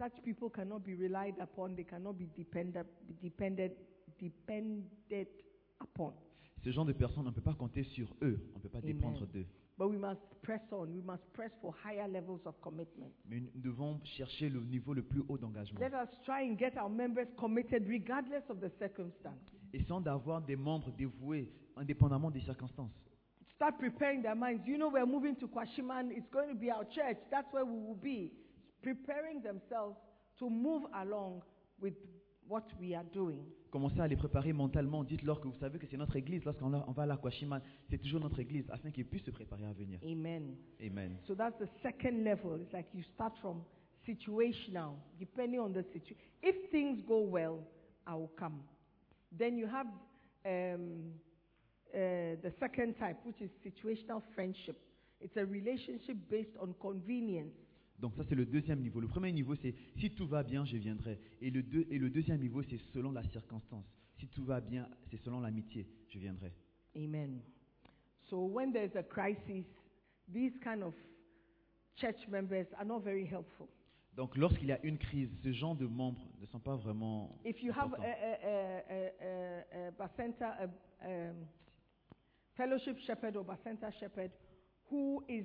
Speaker 4: Such people cannot be relied upon. They cannot be dependent, depended, depended upon.
Speaker 1: Ce genre de personnes, on ne peut pas compter sur eux, on ne peut pas
Speaker 4: Amen.
Speaker 1: dépendre d'eux.
Speaker 4: But we must press on. We must press for higher levels of commitment.
Speaker 1: Mais nous devons chercher le niveau le plus haut d'engagement.
Speaker 4: Let us try and get our members committed regardless of the circumstance.
Speaker 1: Essayons d'avoir des membres dévoués indépendamment des circonstances.
Speaker 4: Start preparing their minds. You know, we're moving to Kwashiman. It's going to be our church. That's where we will be. Preparing themselves to move along with what we are doing.
Speaker 1: Commencez à les préparer mentalement. Dites-leur que vous savez que c'est notre église. Lorsqu'on on va à la Kwashiman, c'est toujours notre église afin qu'ils puissent se préparer à venir.
Speaker 4: Amen.
Speaker 1: Amen.
Speaker 4: So that's the second level. It's like you start from situational, depending on the situation. If things go well, I will come. Then you have um, uh, the second type, which is situational friendship. It's a relationship based on convenience.
Speaker 1: Donc ça c'est le deuxième niveau. Le premier niveau c'est si tout va bien, je viendrai. Et le, deux- et le deuxième niveau c'est selon la circonstance. Si tout va bien, c'est selon l'amitié, je viendrai.
Speaker 4: Amen. So when there's a crisis, these kind of church members are not very helpful.
Speaker 1: Donc lorsqu'il y a une crise, ce genre de membres ne sont pas vraiment...
Speaker 4: If you have a,
Speaker 1: importants.
Speaker 4: a, a, a, a, a Bacenta, a, um, fellowship shepherd or Bacenta shepherd who is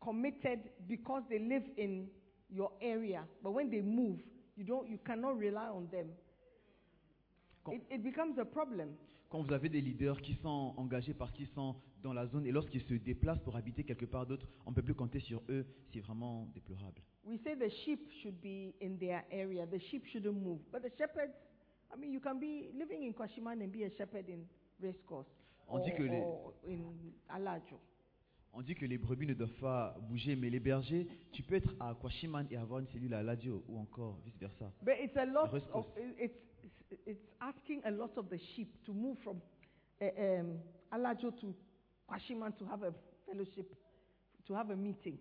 Speaker 4: committed because they live in your area, but when they move, you, don't, you cannot rely on them,
Speaker 1: Com-
Speaker 4: it, it becomes a problem.
Speaker 1: Quand vous avez des leaders qui sont engagés parce qu'ils sont dans la zone et lorsqu'ils se déplacent pour habiter quelque part d'autre, on ne peut plus compter sur eux, c'est vraiment déplorable.
Speaker 4: We say the sheep should be in their area, the sheep shouldn't move. But the shepherds, I mean, you can be living in Kwashiman and be a shepherd in Racecourse
Speaker 1: On
Speaker 4: or,
Speaker 1: dit que les-
Speaker 4: or in Alajo.
Speaker 1: On dit que les brebis ne doivent pas bouger, mais les bergers, tu peux être à Kwashiman et avoir une cellule à Ladio ou encore vice-versa.
Speaker 4: But it's a lot
Speaker 1: Rescos.
Speaker 4: of it's it's- it's asking a lot of the sheep to move from uh, um, Alajo to Kwashiman to have a fellowship, to have a meeting.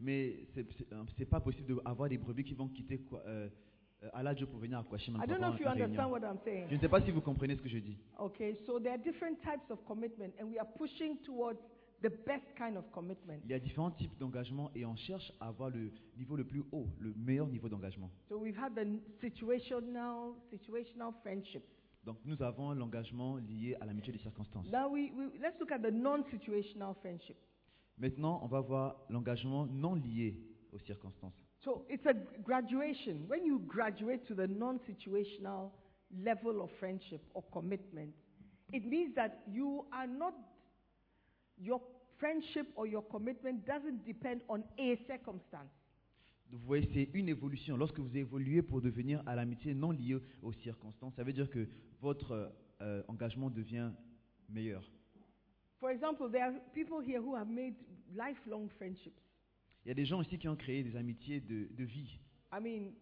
Speaker 1: Mais c'est- c'est euh, c'est pas possible d'avoir des brebis qui vont quitter quoi, euh, euh, Aladjo pour venir à Kwashiman.
Speaker 4: I
Speaker 1: pour
Speaker 4: don't know
Speaker 1: avoir
Speaker 4: if you
Speaker 1: une réunion.
Speaker 4: understand what I'm saying.
Speaker 1: Je ne sais pas si vous comprenez ce que je dis.
Speaker 4: Okay, so there are different types of commitment, and we are pushing towards the best kind of commitment.
Speaker 1: Il y a différents types d'engagement et on cherche à avoir le niveau le plus haut, le meilleur niveau d'engagement.
Speaker 4: So we've had the n- situational situational friendship.
Speaker 1: Donc nous avons l'engagement lié à l'amitié des circonstances.
Speaker 4: Now we, we let's look at the non-situational friendship.
Speaker 1: Maintenant, on va voir l'engagement non lié aux circonstances.
Speaker 4: So it's a graduation. When you graduate to the non situational level of friendship or commitment, it means that you are not, your friendship or your commitment doesn't depend on a circumstance.
Speaker 1: Vous voyez, c'est une évolution. Lorsque vous évoluez pour devenir à l'amitié non liée aux circonstances, ça veut dire que votre euh, euh, engagement devient meilleur.
Speaker 4: For example, there are people here who have made lifelong friendships.
Speaker 1: Il y a des gens ici qui ont créé des amitiés de, de vie.
Speaker 4: I mean,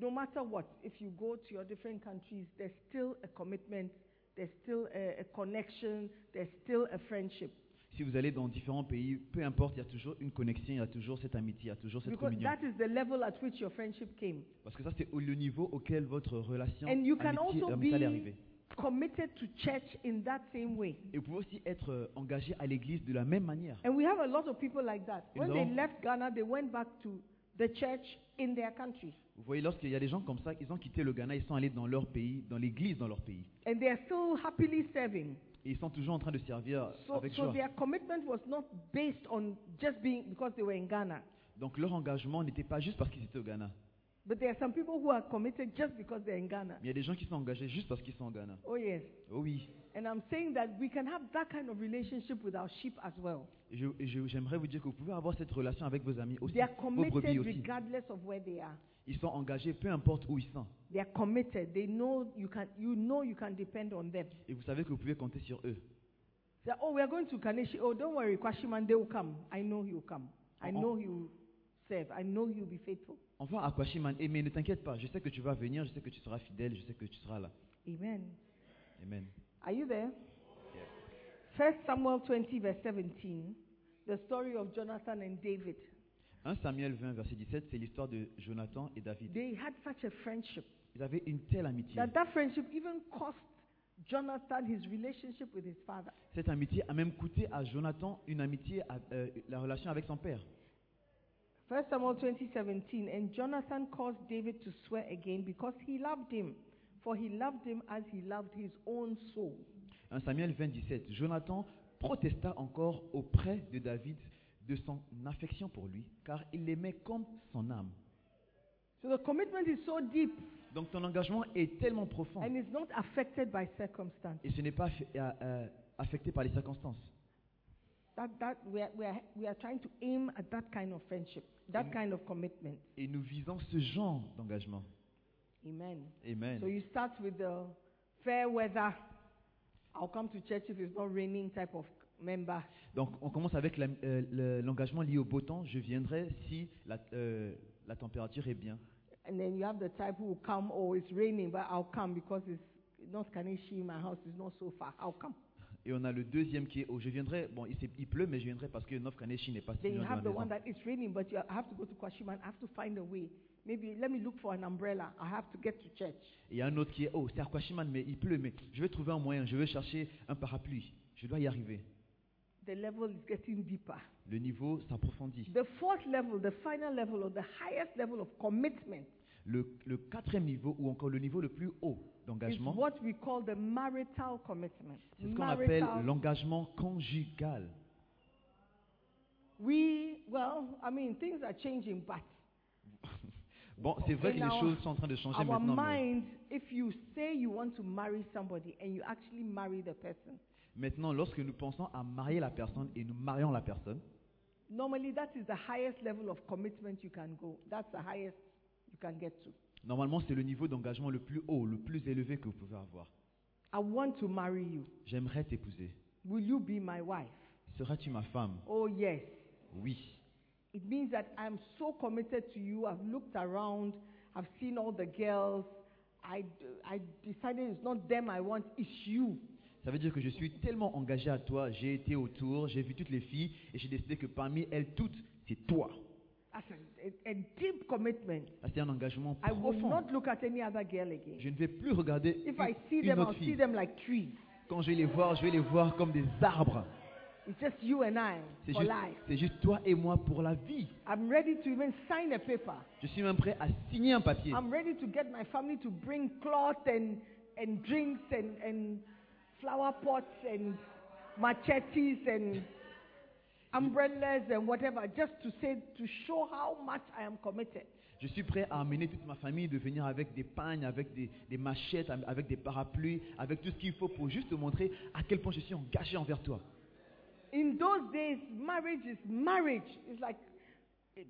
Speaker 4: no matter what, if you go to your different countries, there's still a commitment, there's still a, a connection, there's still a friendship.
Speaker 1: Si vous allez dans différents pays, peu importe, il y a toujours une connexion, il y a toujours cette amitié, il y a toujours cette
Speaker 4: Because
Speaker 1: communion.
Speaker 4: that is the level at which your friendship came.
Speaker 1: Parce que ça, c'est au- le niveau auquel votre relation
Speaker 4: And you can
Speaker 1: amitié, euh,
Speaker 4: also
Speaker 1: amicale est
Speaker 4: be-
Speaker 1: arrivée.
Speaker 4: committed to church in that same way.
Speaker 1: Et vous pouvez aussi être euh, engagé à l'église de la même manière.
Speaker 4: And we have a lot of people like that. When
Speaker 1: You
Speaker 4: they
Speaker 1: know.
Speaker 4: left Ghana, they went back to the church in their country.
Speaker 1: Vous voyez, lorsqu'il y a des gens comme ça, ils ont quitté le Ghana, ils sont allés dans leur pays, dans l'église dans leur pays.
Speaker 4: And they are still happily serving.
Speaker 1: Et ils sont toujours en train de servir
Speaker 4: So,
Speaker 1: avec
Speaker 4: so
Speaker 1: joie.
Speaker 4: their commitment was not based on just being because they were in Ghana.
Speaker 1: Donc leur engagement n'était pas juste parce qu'ils étaient au Ghana.
Speaker 4: But there are some people who are committed just because they're in Ghana.
Speaker 1: Mais il y a des gens qui sont engagés juste parce qu'ils sont au Ghana.
Speaker 4: Oh, yes.
Speaker 1: Oh oui.
Speaker 4: And I'm saying that we can have that kind of relationship with our sheep as well.
Speaker 1: Et je- et je- J'aimerais vous dire que vous pouvez avoir cette relation avec vos amis aussi,
Speaker 4: They are
Speaker 1: vos brebis
Speaker 4: committed
Speaker 1: aussi.
Speaker 4: regardless of where they are.
Speaker 1: Ils sont engagés peu importe où ils sont.
Speaker 4: They are committed. They know you can you know you can depend on them.
Speaker 1: Et vous savez que vous pouvez compter sur eux.
Speaker 4: Say, oh, we are going to Kaneshi. Oh, don't worry, Kwashiman, they will come. I know he'll come. I
Speaker 1: Oh, oh.
Speaker 4: know he'll serve. I know he'll be faithful.
Speaker 1: On va à Kwashiman. Eh, mais ne t'inquiète pas, je sais que tu vas venir, je sais que tu seras fidèle, je sais que tu seras là.
Speaker 4: Amen.
Speaker 1: Amen.
Speaker 4: Are you there? First Samuel 20, verse 17, the story of Jonathan and David.
Speaker 1: 1 Samuel 20, verset 17, c'est l'histoire de Jonathan et David.
Speaker 4: They had such a friendship
Speaker 1: Ils avaient une telle amitié.
Speaker 4: that that friendship even cost Jonathan his relationship with his father.
Speaker 1: Cette amitié a même coûté à Jonathan une amitié, à- euh, la relation avec son père.
Speaker 4: First Samuel 20, 17, and Jonathan caused David to swear again because he loved him, for he loved him as he loved his own soul.
Speaker 1: 1 Samuel 20, 17, Jonathan protesta encore auprès de David de son affection pour lui, car il l'aimait comme son âme.
Speaker 4: So the commitment is so deep
Speaker 1: Donc ton engagement est tellement profond
Speaker 4: and is not affected by circumstance.
Speaker 1: et ce n'est pas affi- euh, euh, affecté par les circonstances.
Speaker 4: That, that we, are, we, are, we are trying to aim at that kind of friendship, that
Speaker 1: Amen.
Speaker 4: kind of commitment.
Speaker 1: Et nous visons ce genre d'engagement.
Speaker 4: Amen. So
Speaker 1: Amen.
Speaker 4: you start with the fair weather. I'll come to church if it's not raining type of member.
Speaker 1: Donc on commence avec la- euh, le- l'engagement lié au beau temps. Je viendrai si la, euh, la température est bien.
Speaker 4: And then you have the type who will come, oh, it's raining, but I'll come because it's not Kanishi, my house is not so far. I'll come.
Speaker 1: Et on a le deuxième qui est oh, je viendrai. Bon, il, s'est- il pleut, mais je viendrai parce que Nov Kaneshi n'est pas si
Speaker 4: Then you
Speaker 1: loin de la
Speaker 4: have the
Speaker 1: maison.
Speaker 4: one that it's raining, but you I have to go to Kwashiman. I have to find a way. Maybe let me look for an umbrella. I have to get to church.
Speaker 1: Et il y a un autre qui est oh, c'est Aquashiman, mais il pleut, mais je vais trouver un moyen, je vais chercher un parapluie. Je dois y arriver.
Speaker 4: The level is getting deeper.
Speaker 1: Le niveau s'approfondit.
Speaker 4: The fourth level, the final level, or the highest level of commitment
Speaker 1: Le, le quatrième niveau, ou encore le niveau le plus haut
Speaker 4: is
Speaker 1: d'engagement,
Speaker 4: what we call the marital commitment.
Speaker 1: c'est ce qu'on appelle
Speaker 4: Marital
Speaker 1: l'engagement conjugal.
Speaker 4: We, well, I mean, things are changing, but
Speaker 1: Bon, c'est vrai que
Speaker 4: In
Speaker 1: les
Speaker 4: our-
Speaker 1: choses sont en train de changer
Speaker 4: our
Speaker 1: maintenant, mais
Speaker 4: mind, if you say you want to marry somebody and you actually marry the person,
Speaker 1: maintenant, lorsque nous pensons à marier la personne et nous marions la personne,
Speaker 4: normally that is the highest level of commitment you can go. That's the highest you can get to.
Speaker 1: normalement, c'est le niveau d'engagement le plus haut, le plus élevé que vous pouvez avoir.
Speaker 4: I want to marry you.
Speaker 1: J'aimerais t'épouser.
Speaker 4: Will you be my wife?
Speaker 1: Seras-tu ma femme
Speaker 4: Oh, yes.
Speaker 1: Oui.
Speaker 4: It means that I'm so committed to you. I've looked around, I've seen all the girls. I, I decided it's not them I want, it's you.
Speaker 1: Ça veut dire que je suis tellement engagé à toi, j'ai été autour, j'ai vu toutes les filles et j'ai décidé que parmi elles toutes, c'est toi.
Speaker 4: That's a, a, a deep commitment.
Speaker 1: Ça, C'est un engagement
Speaker 4: I will
Speaker 1: profond.
Speaker 4: not look at any other girl again.
Speaker 1: Je ne vais plus regarder
Speaker 4: If I
Speaker 1: une,
Speaker 4: see
Speaker 1: une
Speaker 4: them,
Speaker 1: autre
Speaker 4: I'll see
Speaker 1: fille.
Speaker 4: them like trees.
Speaker 1: Quand je vais les voir, je vais les voir comme des arbres.
Speaker 4: It's just you and I
Speaker 1: C'est
Speaker 4: for
Speaker 1: juste,
Speaker 4: life.
Speaker 1: c'est juste toi et moi pour la vie.
Speaker 4: I'm ready to even sign a paper.
Speaker 1: Je suis même prêt à signer un papier.
Speaker 4: I'm ready to get my family to bring cloth and, and drinks and, and flower pots and machetes and umbrellas and whatever, just to say, to show how much I am committed.
Speaker 1: Je suis prêt à amener toute ma famille de venir avec des pagnes, avec des, des machettes, am- avec des parapluies, avec tout ce qu'il faut pour juste te montrer à quel point je suis engagé envers toi.
Speaker 4: In those days, marriage is marriage. It's like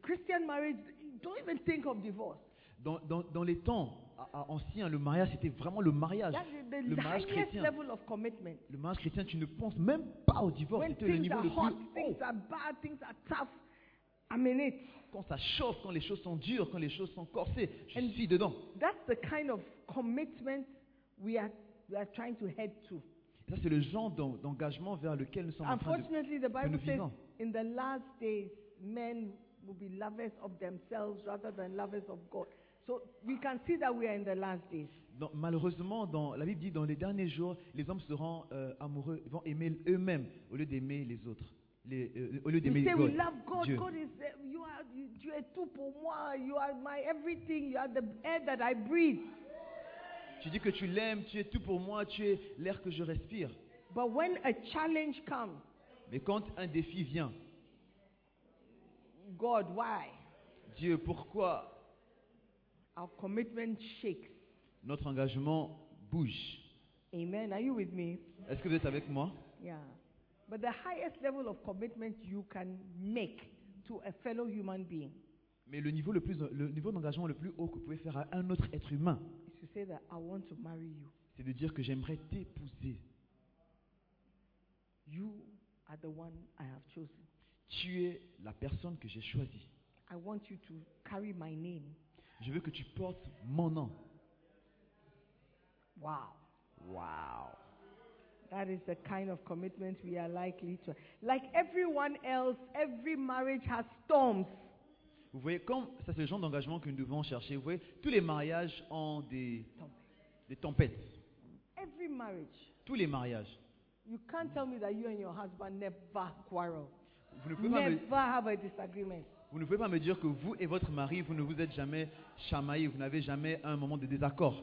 Speaker 4: Christian marriage, don't even think of divorce.
Speaker 1: Dans, dans- dans les temps a- a- anciens, le mariage, c'était vraiment le mariage.
Speaker 4: That's the,
Speaker 1: Le
Speaker 4: the
Speaker 1: mariage
Speaker 4: highest
Speaker 1: chrétien.
Speaker 4: level of commitment.
Speaker 1: Le mariage chrétien, tu ne penses même pas au divorce.
Speaker 4: when
Speaker 1: C'était le
Speaker 4: things
Speaker 1: niveau
Speaker 4: are
Speaker 1: le
Speaker 4: hot,
Speaker 1: plus haut.
Speaker 4: things are bad, things are tough, I'm in it.
Speaker 1: Quand ça chauffe, quand les choses sont dures, quand les choses sont corsées, je suis dedans.
Speaker 4: That's the kind of commitment we are, we are trying to head to.
Speaker 1: Ça, c'est le genre d'en- d'engagement vers lequel nous sommes en train de...
Speaker 4: Unfortunately, the
Speaker 1: nous
Speaker 4: Bible says
Speaker 1: vivons.
Speaker 4: in the last days, men will be lovers of themselves rather than lovers of God. So we can see that we are in the last days.
Speaker 1: Dans- malheureusement, dans, la Bible dit dans les derniers jours, les hommes seront euh, amoureux, vont aimer eux-mêmes au lieu d'aimer les autres. les- euh, au lieu
Speaker 4: We
Speaker 1: d'aimer
Speaker 4: say we
Speaker 1: God,
Speaker 4: love God.
Speaker 1: Dieu.
Speaker 4: God is uh, you are you, tu es tout pour moi. You are my everything. You are the air that I breathe.
Speaker 1: Tu dis que tu l'aimes, tu es tout pour moi, tu es l'air que je respire.
Speaker 4: But when a challenge comes,
Speaker 1: Mais quand un défi vient,
Speaker 4: God, why?
Speaker 1: Dieu, pourquoi
Speaker 4: Our commitment shakes.
Speaker 1: notre engagement bouge
Speaker 4: Amen. Are you with me?
Speaker 1: Est-ce que vous êtes avec moi
Speaker 4: Yeah. But the highest level of commitment you can make to a fellow human being
Speaker 1: Mais le niveau, le plus, le niveau d'engagement le plus haut que vous pouvez faire à un autre être humain,
Speaker 4: is to say that I want to marry you.
Speaker 1: c'est de dire que j'aimerais t'épouser.
Speaker 4: You are the one I have chosen.
Speaker 1: Tu es la personne que j'ai choisie.
Speaker 4: I want you to carry my name.
Speaker 1: Je veux que tu portes mon nom.
Speaker 4: Wow.
Speaker 1: Wow.
Speaker 4: That is the kind of commitment we are likely to. Like everyone else, every marriage has storms.
Speaker 1: Vous voyez, comme ça, c'est le genre d'engagement que nous devons chercher. Vous voyez, tous les mariages ont des, des tempêtes.
Speaker 4: Every marriage.
Speaker 1: Tous les mariages.
Speaker 4: You can't tell me that you and your husband never quarrel,
Speaker 1: Vous ne, pouvez pas
Speaker 4: never
Speaker 1: me,
Speaker 4: have a disagreement.
Speaker 1: vous ne pouvez pas me dire que vous et votre mari, vous ne vous êtes jamais chamaillés, vous n'avez jamais un moment de désaccord.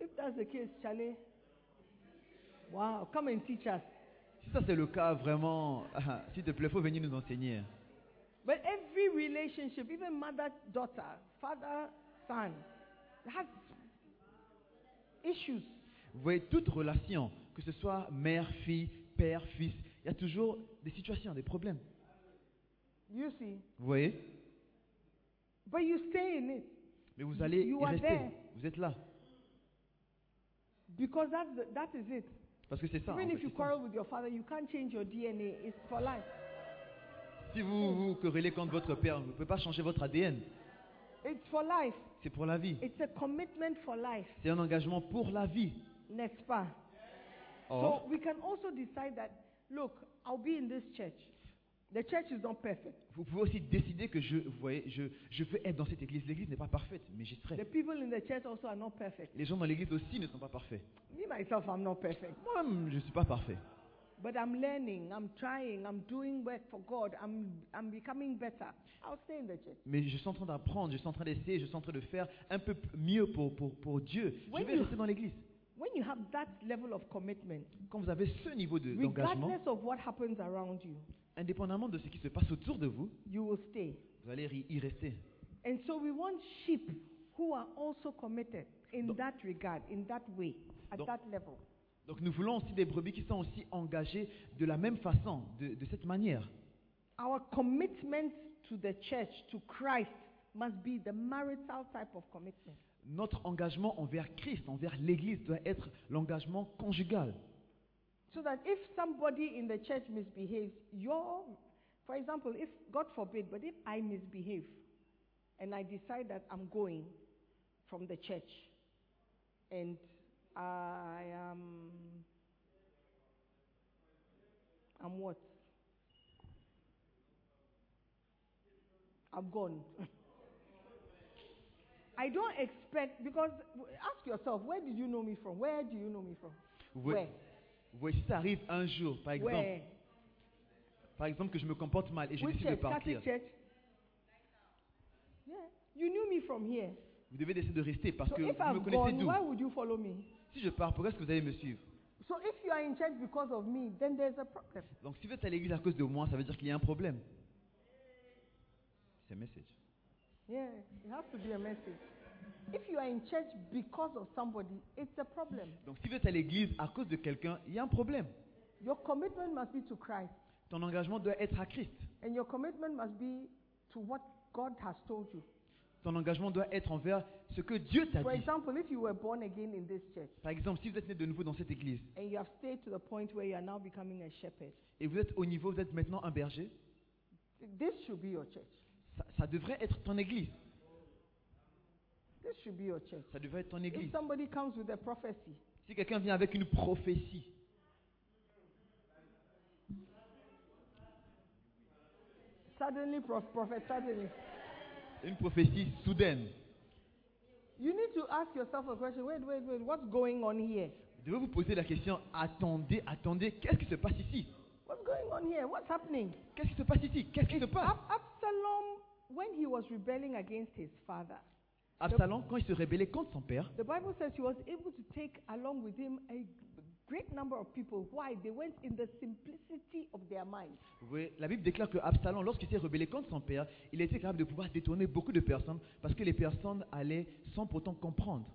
Speaker 4: If that's the case, Charlie, wow, come and teach us.
Speaker 1: Si ça c'est le cas, vraiment, s'il te plaît, faut venir nous enseigner.
Speaker 4: But every relationship, even mother daughter, father son, has issues.
Speaker 1: Vous voyez, toute relation, que ce soit mère, fille, père, fils, il y a toujours des situations, des problèmes.
Speaker 4: You see,
Speaker 1: Vous voyez
Speaker 4: but you stay in it
Speaker 1: Mais vous allez
Speaker 4: You
Speaker 1: y
Speaker 4: are
Speaker 1: rester.
Speaker 4: there.
Speaker 1: Vous êtes là.
Speaker 4: because that's the, that is it.
Speaker 1: Parce que c'est ça. en
Speaker 4: Even
Speaker 1: fait,
Speaker 4: if you
Speaker 1: c'est ça.
Speaker 4: quarrel with your father, you can't change your DNA. It's for life.
Speaker 1: Si vous vous querellez contre votre père, vous ne pouvez pas changer votre ADN.
Speaker 4: It's for life.
Speaker 1: C'est pour la vie.
Speaker 4: It's a commitment for life.
Speaker 1: C'est un engagement pour la vie.
Speaker 4: Next part. So
Speaker 1: Or,
Speaker 4: we can also decide that, look, I'll be in this church. The church is not perfect.
Speaker 1: vous pouvez aussi décider que je, vous voyez, je, je veux être dans cette église. L'église n'est pas parfaite, mais j'y
Speaker 4: The
Speaker 1: serai.
Speaker 4: people in the church also are not perfect.
Speaker 1: Les gens dans l'église aussi ne sont pas parfaits.
Speaker 4: Me myself, I'm not perfect.
Speaker 1: Moi-même, je ne suis pas parfait.
Speaker 4: But I'm learning, I'm trying, I'm doing work for God, I'm, I'm becoming better. I'll stay in the church.
Speaker 1: Mais je suis en train d'apprendre, je suis en train d'essayer, je suis en train de faire un peu p- mieux pour, pour, pour Dieu. Je
Speaker 4: When
Speaker 1: vais
Speaker 4: you-
Speaker 1: rester dans l'église.
Speaker 4: When you have that level of commitment,
Speaker 1: Quand vous avez ce niveau de- d'engagement,
Speaker 4: regardless of what happens around you,
Speaker 1: indépendamment de ce qui se passe autour de vous,
Speaker 4: you will stay.
Speaker 1: vous allez ri- y rester.
Speaker 4: And so we want sheep who are also committed in
Speaker 1: Donc-
Speaker 4: that regard, in that way, at
Speaker 1: Donc-
Speaker 4: that level.
Speaker 1: Donc nous voulons aussi des brebis qui sont aussi engagées de la même façon, de, de cette manière.
Speaker 4: Our commitment to the church, to Christ, must be the marital type of commitment.
Speaker 1: Notre engagement envers Christ, envers l'Église, doit être l'engagement conjugal.
Speaker 4: So that if somebody in the church misbehaves, your, for example, if, God forbid, but if I misbehave and I decide that I'm going from the church and I am, I'm what? I'm gone. I don't expect, because ask yourself, where did you know me from? Where do you know me from?
Speaker 1: Vous voyez-
Speaker 4: Where?
Speaker 1: vous voyez, si ça arrive un jour, par exemple,
Speaker 4: Where?
Speaker 1: par exemple que je me comporte mal et je
Speaker 4: Which
Speaker 1: décide de
Speaker 4: church?
Speaker 1: partir,
Speaker 4: Catholic church? Yeah. You knew me from here.
Speaker 1: vous devez décider de rester parce
Speaker 4: so
Speaker 1: que vous
Speaker 4: if I'm
Speaker 1: me connaissez
Speaker 4: gone,
Speaker 1: d'où.
Speaker 4: why would you follow me?
Speaker 1: Si je pars, pourquoi est-ce que vous allez me suivre
Speaker 4: So if you are in church because of me, then there's a problem.
Speaker 1: Donc si vous êtes à l'église à cause de moi, ça veut dire qu'il y a un problème. C'est un message.
Speaker 4: Yeah, it has to be a message. If you are in church because of somebody, it's a problem.
Speaker 1: Donc si vous êtes à l'église à cause de quelqu'un, il y a un problème.
Speaker 4: Your commitment must be to Christ,
Speaker 1: Ton engagement doit être à Christ.
Speaker 4: and your commitment must be to what God has told you.
Speaker 1: Ton engagement doit être envers ce que Dieu t'a
Speaker 4: For
Speaker 1: dit.
Speaker 4: example, if you were born again in this church
Speaker 1: Par exemple, si vous êtes né de nouveau dans cette église
Speaker 4: and you have stayed to the point where you are now becoming a shepherd,
Speaker 1: et vous êtes au niveau, vous êtes maintenant un berger,
Speaker 4: this should be your church.
Speaker 1: ça, ça devrait être ton église.
Speaker 4: This should be your church.
Speaker 1: Ça devrait être ton
Speaker 4: If
Speaker 1: église.
Speaker 4: somebody comes with a prophecy,
Speaker 1: Si quelqu'un vient avec une prophétie,
Speaker 4: suddenly, prof- prophet, suddenly,
Speaker 1: une prophétie soudaine,
Speaker 4: you need to ask yourself a question wait, wait, wait, what's going on here?
Speaker 1: vous devez vous poser la question, attendez, attendez, qu'est-ce qui se passe ici
Speaker 4: What's What's going on here? What's happening?
Speaker 1: Qu'est-ce qui se passe ici Qu'est-ce qui se passe
Speaker 4: Ab- Absalom, when he was rebelling against his father,
Speaker 1: Absalom, quand il se rébellait contre son père,
Speaker 4: the Bible says he was able to take along with him a great number of people. Why? They went in the simplicity of their minds.
Speaker 1: oui, la Bible déclare que Absalom, lorsqu'il s'est rébellé contre son père, il était capable de pouvoir détourner beaucoup de personnes parce que les personnes allaient sans pourtant comprendre.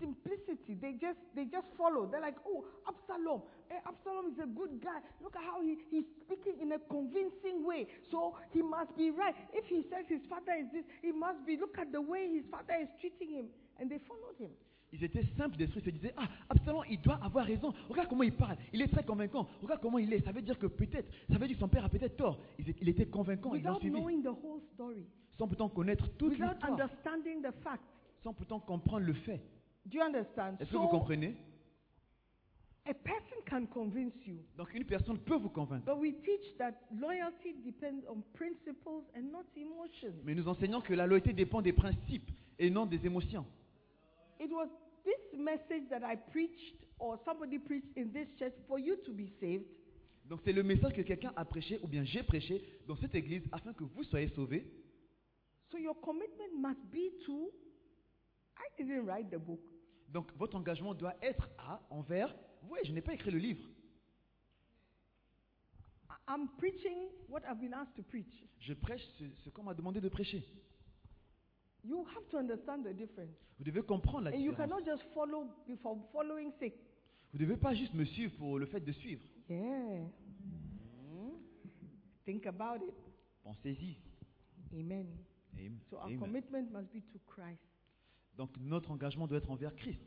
Speaker 4: Simplicity. They just they just follow. They're like, oh, Absalom. Eh, Absalom is a good guy. Look at how he, he's speaking in a convincing way. So he must be right. If he says his father is this, he must be. Look at the way his father is treating him. And they followed him.
Speaker 1: Ils étaient simples d'esprit, ils se disaient Ah, Absalom, il doit avoir raison. Regarde comment il parle. Il est très convaincant. Regarde comment il est. Ça veut dire que peut-être, ça veut dire que son père a peut-être tort. Ils étaient- Il était convaincant, ils l'ont
Speaker 4: Without
Speaker 1: suivi.
Speaker 4: knowing the whole story.
Speaker 1: Sans pourtant connaître toute
Speaker 4: Without
Speaker 1: l'histoire,
Speaker 4: understanding the fact.
Speaker 1: sans pourtant comprendre le fait.
Speaker 4: Do you understand?
Speaker 1: Est-ce que vous
Speaker 4: So
Speaker 1: comprenez
Speaker 4: a person can convince you,
Speaker 1: Donc une personne peut vous convaincre.
Speaker 4: but we teach that loyalty depends on principles and not emotions.
Speaker 1: Mais nous enseignons que la loyauté dépend des principes et non des émotions.
Speaker 4: It was this message that I preached or somebody preached in this church for you to be saved
Speaker 1: Donc c'est le message que quelqu'un a prêché ou bien j'ai prêché dans cette église afin que vous soyez sauvés.
Speaker 4: So your commitment must be to. I didn't write the book.
Speaker 1: Donc votre engagement doit être à envers. Oui, je n'ai pas écrit le livre.
Speaker 4: I- I'm preaching what I've been asked to preach.
Speaker 1: Je prêche ce, ce qu'on m'a demandé de prêcher.
Speaker 4: You have to understand the difference,
Speaker 1: Vous devez comprendre la
Speaker 4: and you cannot
Speaker 1: différence.
Speaker 4: just follow for following sake.
Speaker 1: Vous ne devez pas juste me suivre pour le fait de suivre.
Speaker 4: Yeah. Think about it.
Speaker 1: Pensez-y.
Speaker 4: Amen.
Speaker 1: Amen.
Speaker 4: So our
Speaker 1: Amen.
Speaker 4: commitment must be to Christ,
Speaker 1: Donc notre engagement doit être envers Christ,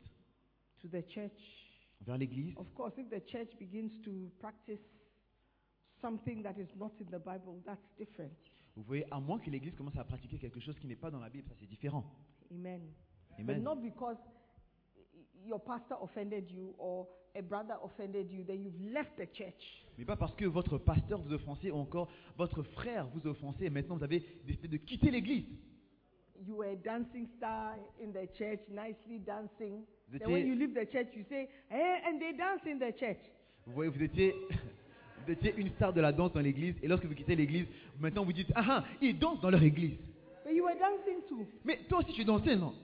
Speaker 4: to the church.
Speaker 1: envers l'Église.
Speaker 4: Of course, if the church begins to practice something that is not in the Bible, that's different.
Speaker 1: Vous voyez, à moins que l'Église commence à pratiquer quelque chose qui n'est pas dans la Bible, ça c'est différent.
Speaker 4: Amen. But
Speaker 1: Amen.
Speaker 4: not because your pastor offended you or a brother offended you, then you've left the church.
Speaker 1: Mais pas parce que votre pasteur vous offensait ou encore votre frère vous offensait et maintenant vous avez décidé de quitter l'Église.
Speaker 4: You were a dancing star in the church, nicely dancing.
Speaker 1: Vous
Speaker 4: Then when
Speaker 1: étiez-
Speaker 4: you leave the church, you say, eh, and they dance in the church.
Speaker 1: Vous voyez, vous étiez, vous étiez une star de la danse dans l'église, et lorsque vous quittez l'église, maintenant vous dites, ah ah, ils dansent dans leur église.
Speaker 4: But you were dancing too.
Speaker 1: Mais toi aussi tu dansais, non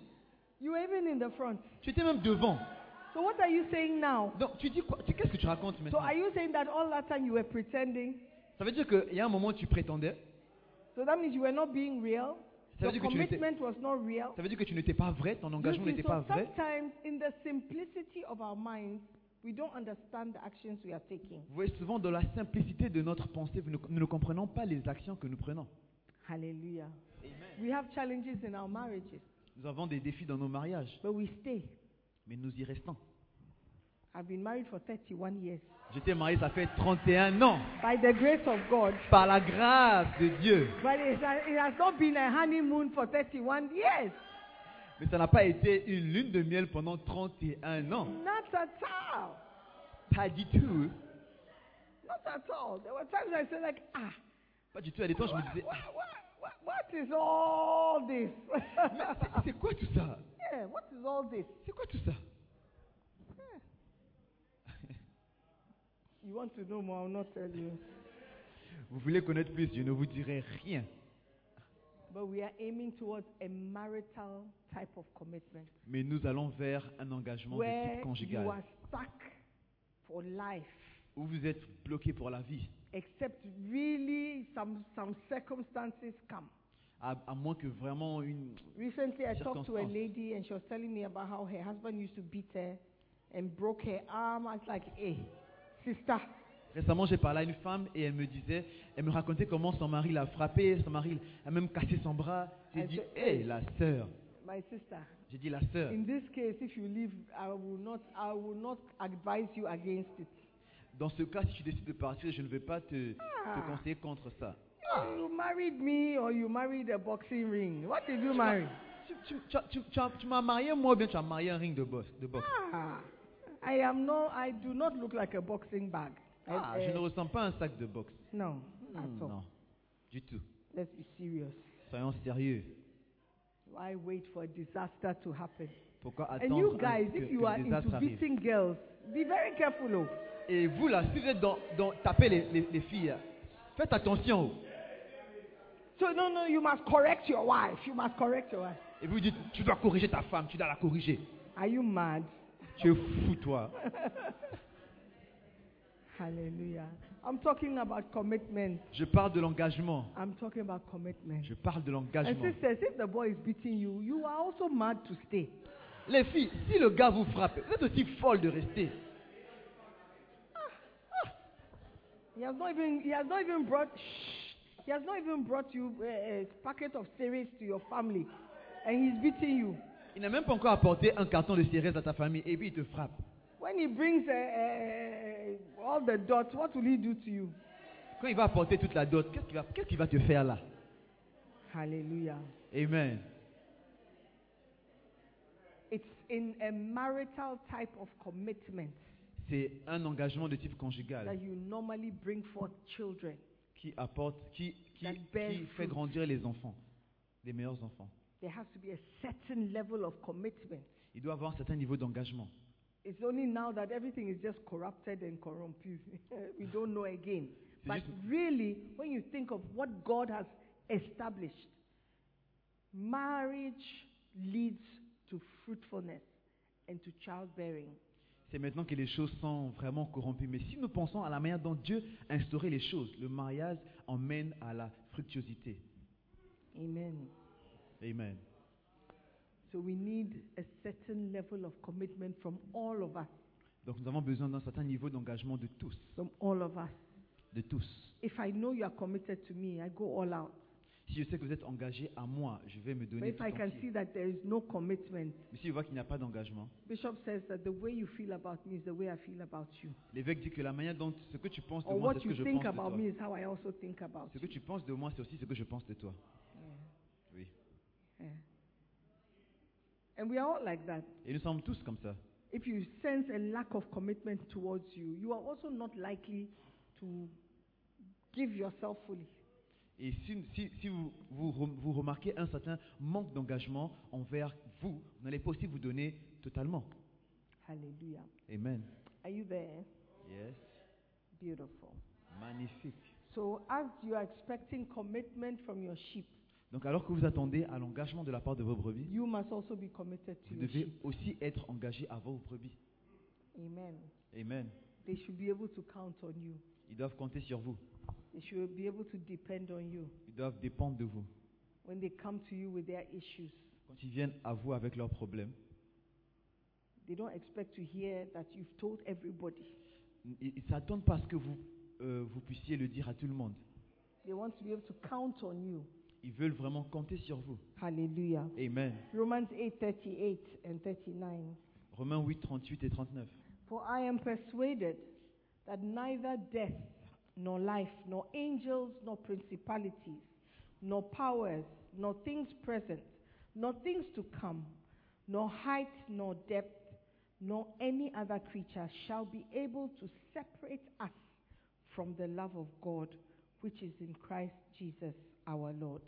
Speaker 4: You were even in the front.
Speaker 1: Tu étais même devant.
Speaker 4: So what are you saying now?
Speaker 1: Donc tu dis quoi Tu- Qu'est-ce que tu racontes
Speaker 4: So
Speaker 1: maintenant
Speaker 4: are you saying that all that time you were pretending?
Speaker 1: Ça veut dire qu'il y a un moment tu prétendais,
Speaker 4: So that means you were not being real.
Speaker 1: Ça
Speaker 4: Your
Speaker 1: veut dire que tu n'étais-
Speaker 4: commitment was not real.
Speaker 1: ça veut dire que tu n'étais pas vrai, ton
Speaker 4: You
Speaker 1: engagement
Speaker 4: see,
Speaker 1: n'était
Speaker 4: so
Speaker 1: pas vrai.
Speaker 4: sometimes in the simplicity of our minds, we don't understand the actions we are taking.
Speaker 1: Vous voyez, souvent dans la simplicité de notre pensée, vous ne- nous ne comprenons pas les actions que nous prenons.
Speaker 4: Hallelujah. We have challenges in our marriages,
Speaker 1: Nous avons des défis dans nos mariages,
Speaker 4: but we stay.
Speaker 1: mais nous y restons.
Speaker 4: I've been married for 31 years.
Speaker 1: J'étais marié, ça fait 31 ans,
Speaker 4: By the grace of God.
Speaker 1: par la grâce de Dieu.
Speaker 4: But it has, it has not been a honeymoon for 31 years.
Speaker 1: Mais ça n'a pas été une lune de miel pendant 31 ans.
Speaker 4: Not at all.
Speaker 1: Pas du tout.
Speaker 4: Not at all. There were times I said, like, ah,
Speaker 1: Pas du tout. À des temps, je me
Speaker 4: what,
Speaker 1: disais, ah,
Speaker 4: what, what, what is all this?
Speaker 1: mais c'est- c'est quoi tout ça
Speaker 4: yeah, what is all this?
Speaker 1: C'est quoi tout ça
Speaker 4: You want to know more, I'll not tell you.
Speaker 1: Vous voulez connaître plus, je ne vous dirai rien.
Speaker 4: But we are aiming towards a marital type of commitment
Speaker 1: Mais nous allons vers un engagement de
Speaker 4: where
Speaker 1: type
Speaker 4: you
Speaker 1: conjugal.
Speaker 4: are stuck for life,
Speaker 1: Où vous êtes bloqué pour la vie.
Speaker 4: except really some some circumstances come.
Speaker 1: À, à moins que vraiment une...
Speaker 4: Recently, I talked to a
Speaker 1: Circumstance.
Speaker 4: lady and she was telling me about how her husband used to beat her and broke her arm. I was like, "Hey, sister,
Speaker 1: Récemment, j'ai parlé à une femme et elle me disait, elle me racontait comment son mari l'a frappée, son mari a même cassé son bras. J'ai
Speaker 4: Elle
Speaker 1: dit,
Speaker 4: se-
Speaker 1: hé, la sœur.
Speaker 4: my sister,
Speaker 1: J'ai dit, la sœur.
Speaker 4: in this case, if you leave, I will not I will not advise you against it.
Speaker 1: Dans ce cas, si tu décides de partir, je ne vais pas te,
Speaker 4: Ah.
Speaker 1: te conseiller contre ça.
Speaker 4: You married me or you married a boxing ring. What did you marry?"
Speaker 1: Tu, tu- tu as- tu- tu as- tu m'as marié moi ou bien tu as marié un ring de boxe, de boxe
Speaker 4: Ah, I am no, I do not look like a boxing bag. I-
Speaker 1: Ah,
Speaker 4: eh,
Speaker 1: je ne ressens pas un sac de boxe.
Speaker 4: no, at
Speaker 1: Hmm,
Speaker 4: all.
Speaker 1: non, du tout.
Speaker 4: Let's be serious.
Speaker 1: Soyons sérieux.
Speaker 4: Why wait for disaster to happen?
Speaker 1: Pourquoi
Speaker 4: And you
Speaker 1: attendre un-
Speaker 4: guys,
Speaker 1: que,
Speaker 4: if
Speaker 1: que
Speaker 4: you are
Speaker 1: le
Speaker 4: into
Speaker 1: désastre arrive
Speaker 4: beating girls, be very careful. oh.
Speaker 1: Et vous là, si vous êtes dans, dans taper les, les- les filles, là, faites attention. oh.
Speaker 4: So no, no, you must correct your wife. You must correct your wife.
Speaker 1: Et vous dites, tu dois corriger ta femme, tu dois la corriger.
Speaker 4: Are you mad?
Speaker 1: Tu es fou toi.
Speaker 4: Hallelujah. I'm talking about commitment.
Speaker 1: Je parle de l'engagement.
Speaker 4: I'm talking about commitment.
Speaker 1: Je parle de
Speaker 4: And
Speaker 1: l'engagement.
Speaker 4: sisters, if the boy is beating you, you are also mad to stay.
Speaker 1: Les filles, si le gars vous frappe, vous êtes aussi folle de rester.
Speaker 4: He has not even he has not even brought shh, he has not even brought you uh, a packet of cereals to your family, and he's beating you.
Speaker 1: Il n'a même pas encore apporté un carton de céréales à ta famille et puis il te frappe.
Speaker 4: When he brings uh, uh, all the dots, what will he do to you?
Speaker 1: Quand il va apporter toute la dot, qu'est-ce qu'il va, qu'est-ce qu'il va te faire là
Speaker 4: Hallelujah.
Speaker 1: Amen.
Speaker 4: It's in a marital type of commitment
Speaker 1: C'est un engagement de type conjugal
Speaker 4: that you normally bring forth children.
Speaker 1: qui apporte, qui, qui,
Speaker 4: That bears
Speaker 1: qui fait
Speaker 4: fruit.
Speaker 1: grandir les enfants, les meilleurs enfants.
Speaker 4: There has to be a certain level of commitment.
Speaker 1: Il doit avoir un certain niveau d'engagement.
Speaker 4: It's only now that everything is just corrupted and corrupted. we don't know again.
Speaker 1: C'est
Speaker 4: But
Speaker 1: juste-
Speaker 4: really, when you think of what God has established, marriage leads to fruitfulness and to childbearing.
Speaker 1: C'est maintenant que les choses sont vraiment corrompues. Mais si nous pensons à la manière dont Dieu a instauré les choses, le mariage emmène à la fructuosité.
Speaker 4: Amen.
Speaker 1: Amen.
Speaker 4: So we need a certain level of commitment from all of us.
Speaker 1: Donc nous avons besoin d'un certain niveau d'engagement de tous,
Speaker 4: From all of us.
Speaker 1: de tous.
Speaker 4: If I know you are committed to me, I go all out.
Speaker 1: Si je sais que vous êtes engagé à moi, je vais me
Speaker 4: But
Speaker 1: donner
Speaker 4: if
Speaker 1: tout
Speaker 4: I can see
Speaker 1: entier.
Speaker 4: that there is no commitment,
Speaker 1: Mais si je vois qu'il n'y a pas d'engagement,
Speaker 4: Bishop says that the way you feel about me is the way I feel about you.
Speaker 1: l'évêque dit que la manière dont ce que tu penses de
Speaker 4: Or
Speaker 1: moi, c'est
Speaker 4: what
Speaker 1: ce que
Speaker 4: you
Speaker 1: je
Speaker 4: think
Speaker 1: pense de
Speaker 4: about me
Speaker 1: toi.
Speaker 4: is how I also think about
Speaker 1: Ce que
Speaker 4: you.
Speaker 1: tu penses de moi, c'est aussi ce que je pense de toi. Oui.
Speaker 4: Yeah. And we are all like that.
Speaker 1: Et nous sommes tous comme ça.
Speaker 4: If you sense a lack of commitment towards you, you are also not likely to give yourself fully.
Speaker 1: Et si, si- si vous, vous, re- vous remarquez un certain manque d'engagement envers vous, vous n'allez pas aussi vous donner totalement.
Speaker 4: Hallelujah.
Speaker 1: Amen.
Speaker 4: Are you there?
Speaker 1: Yes.
Speaker 4: Beautiful.
Speaker 1: Magnifique.
Speaker 4: So, as you are expecting commitment from your sheep,
Speaker 1: Donc alors que vous attendez à l'engagement de la part de vos brebis,
Speaker 4: you must also be committed to
Speaker 1: vous
Speaker 4: your
Speaker 1: devez
Speaker 4: sheep.
Speaker 1: aussi être engagé à vos brebis.
Speaker 4: Amen.
Speaker 1: Amen.
Speaker 4: They should be able to count on you.
Speaker 1: Ils doivent compter sur vous.
Speaker 4: They should be able to depend on you
Speaker 1: Ils doivent dépendre de vous.
Speaker 4: when they come to you with their issues.
Speaker 1: Quand ils viennent à vous avec leurs problèmes,
Speaker 4: They don't expect to hear that you've told everybody.
Speaker 1: ils ils ne s'attendent pas à ce que vous, euh, vous puissiez le dire à tout le monde.
Speaker 4: They want to be able to count on you.
Speaker 1: Ils veulent vraiment compter sur vous.
Speaker 4: Hallelujah.
Speaker 1: Amen.
Speaker 4: Romans 8:38 and 39.
Speaker 1: Romains 8, 38 et 39.
Speaker 4: For I am persuaded that neither death, nor life, nor angels, nor principalities, nor powers, nor things present, nor things to come, nor height, nor depth, nor any other creature shall be able to separate us from the love of God which is in Christ Jesus our Lord.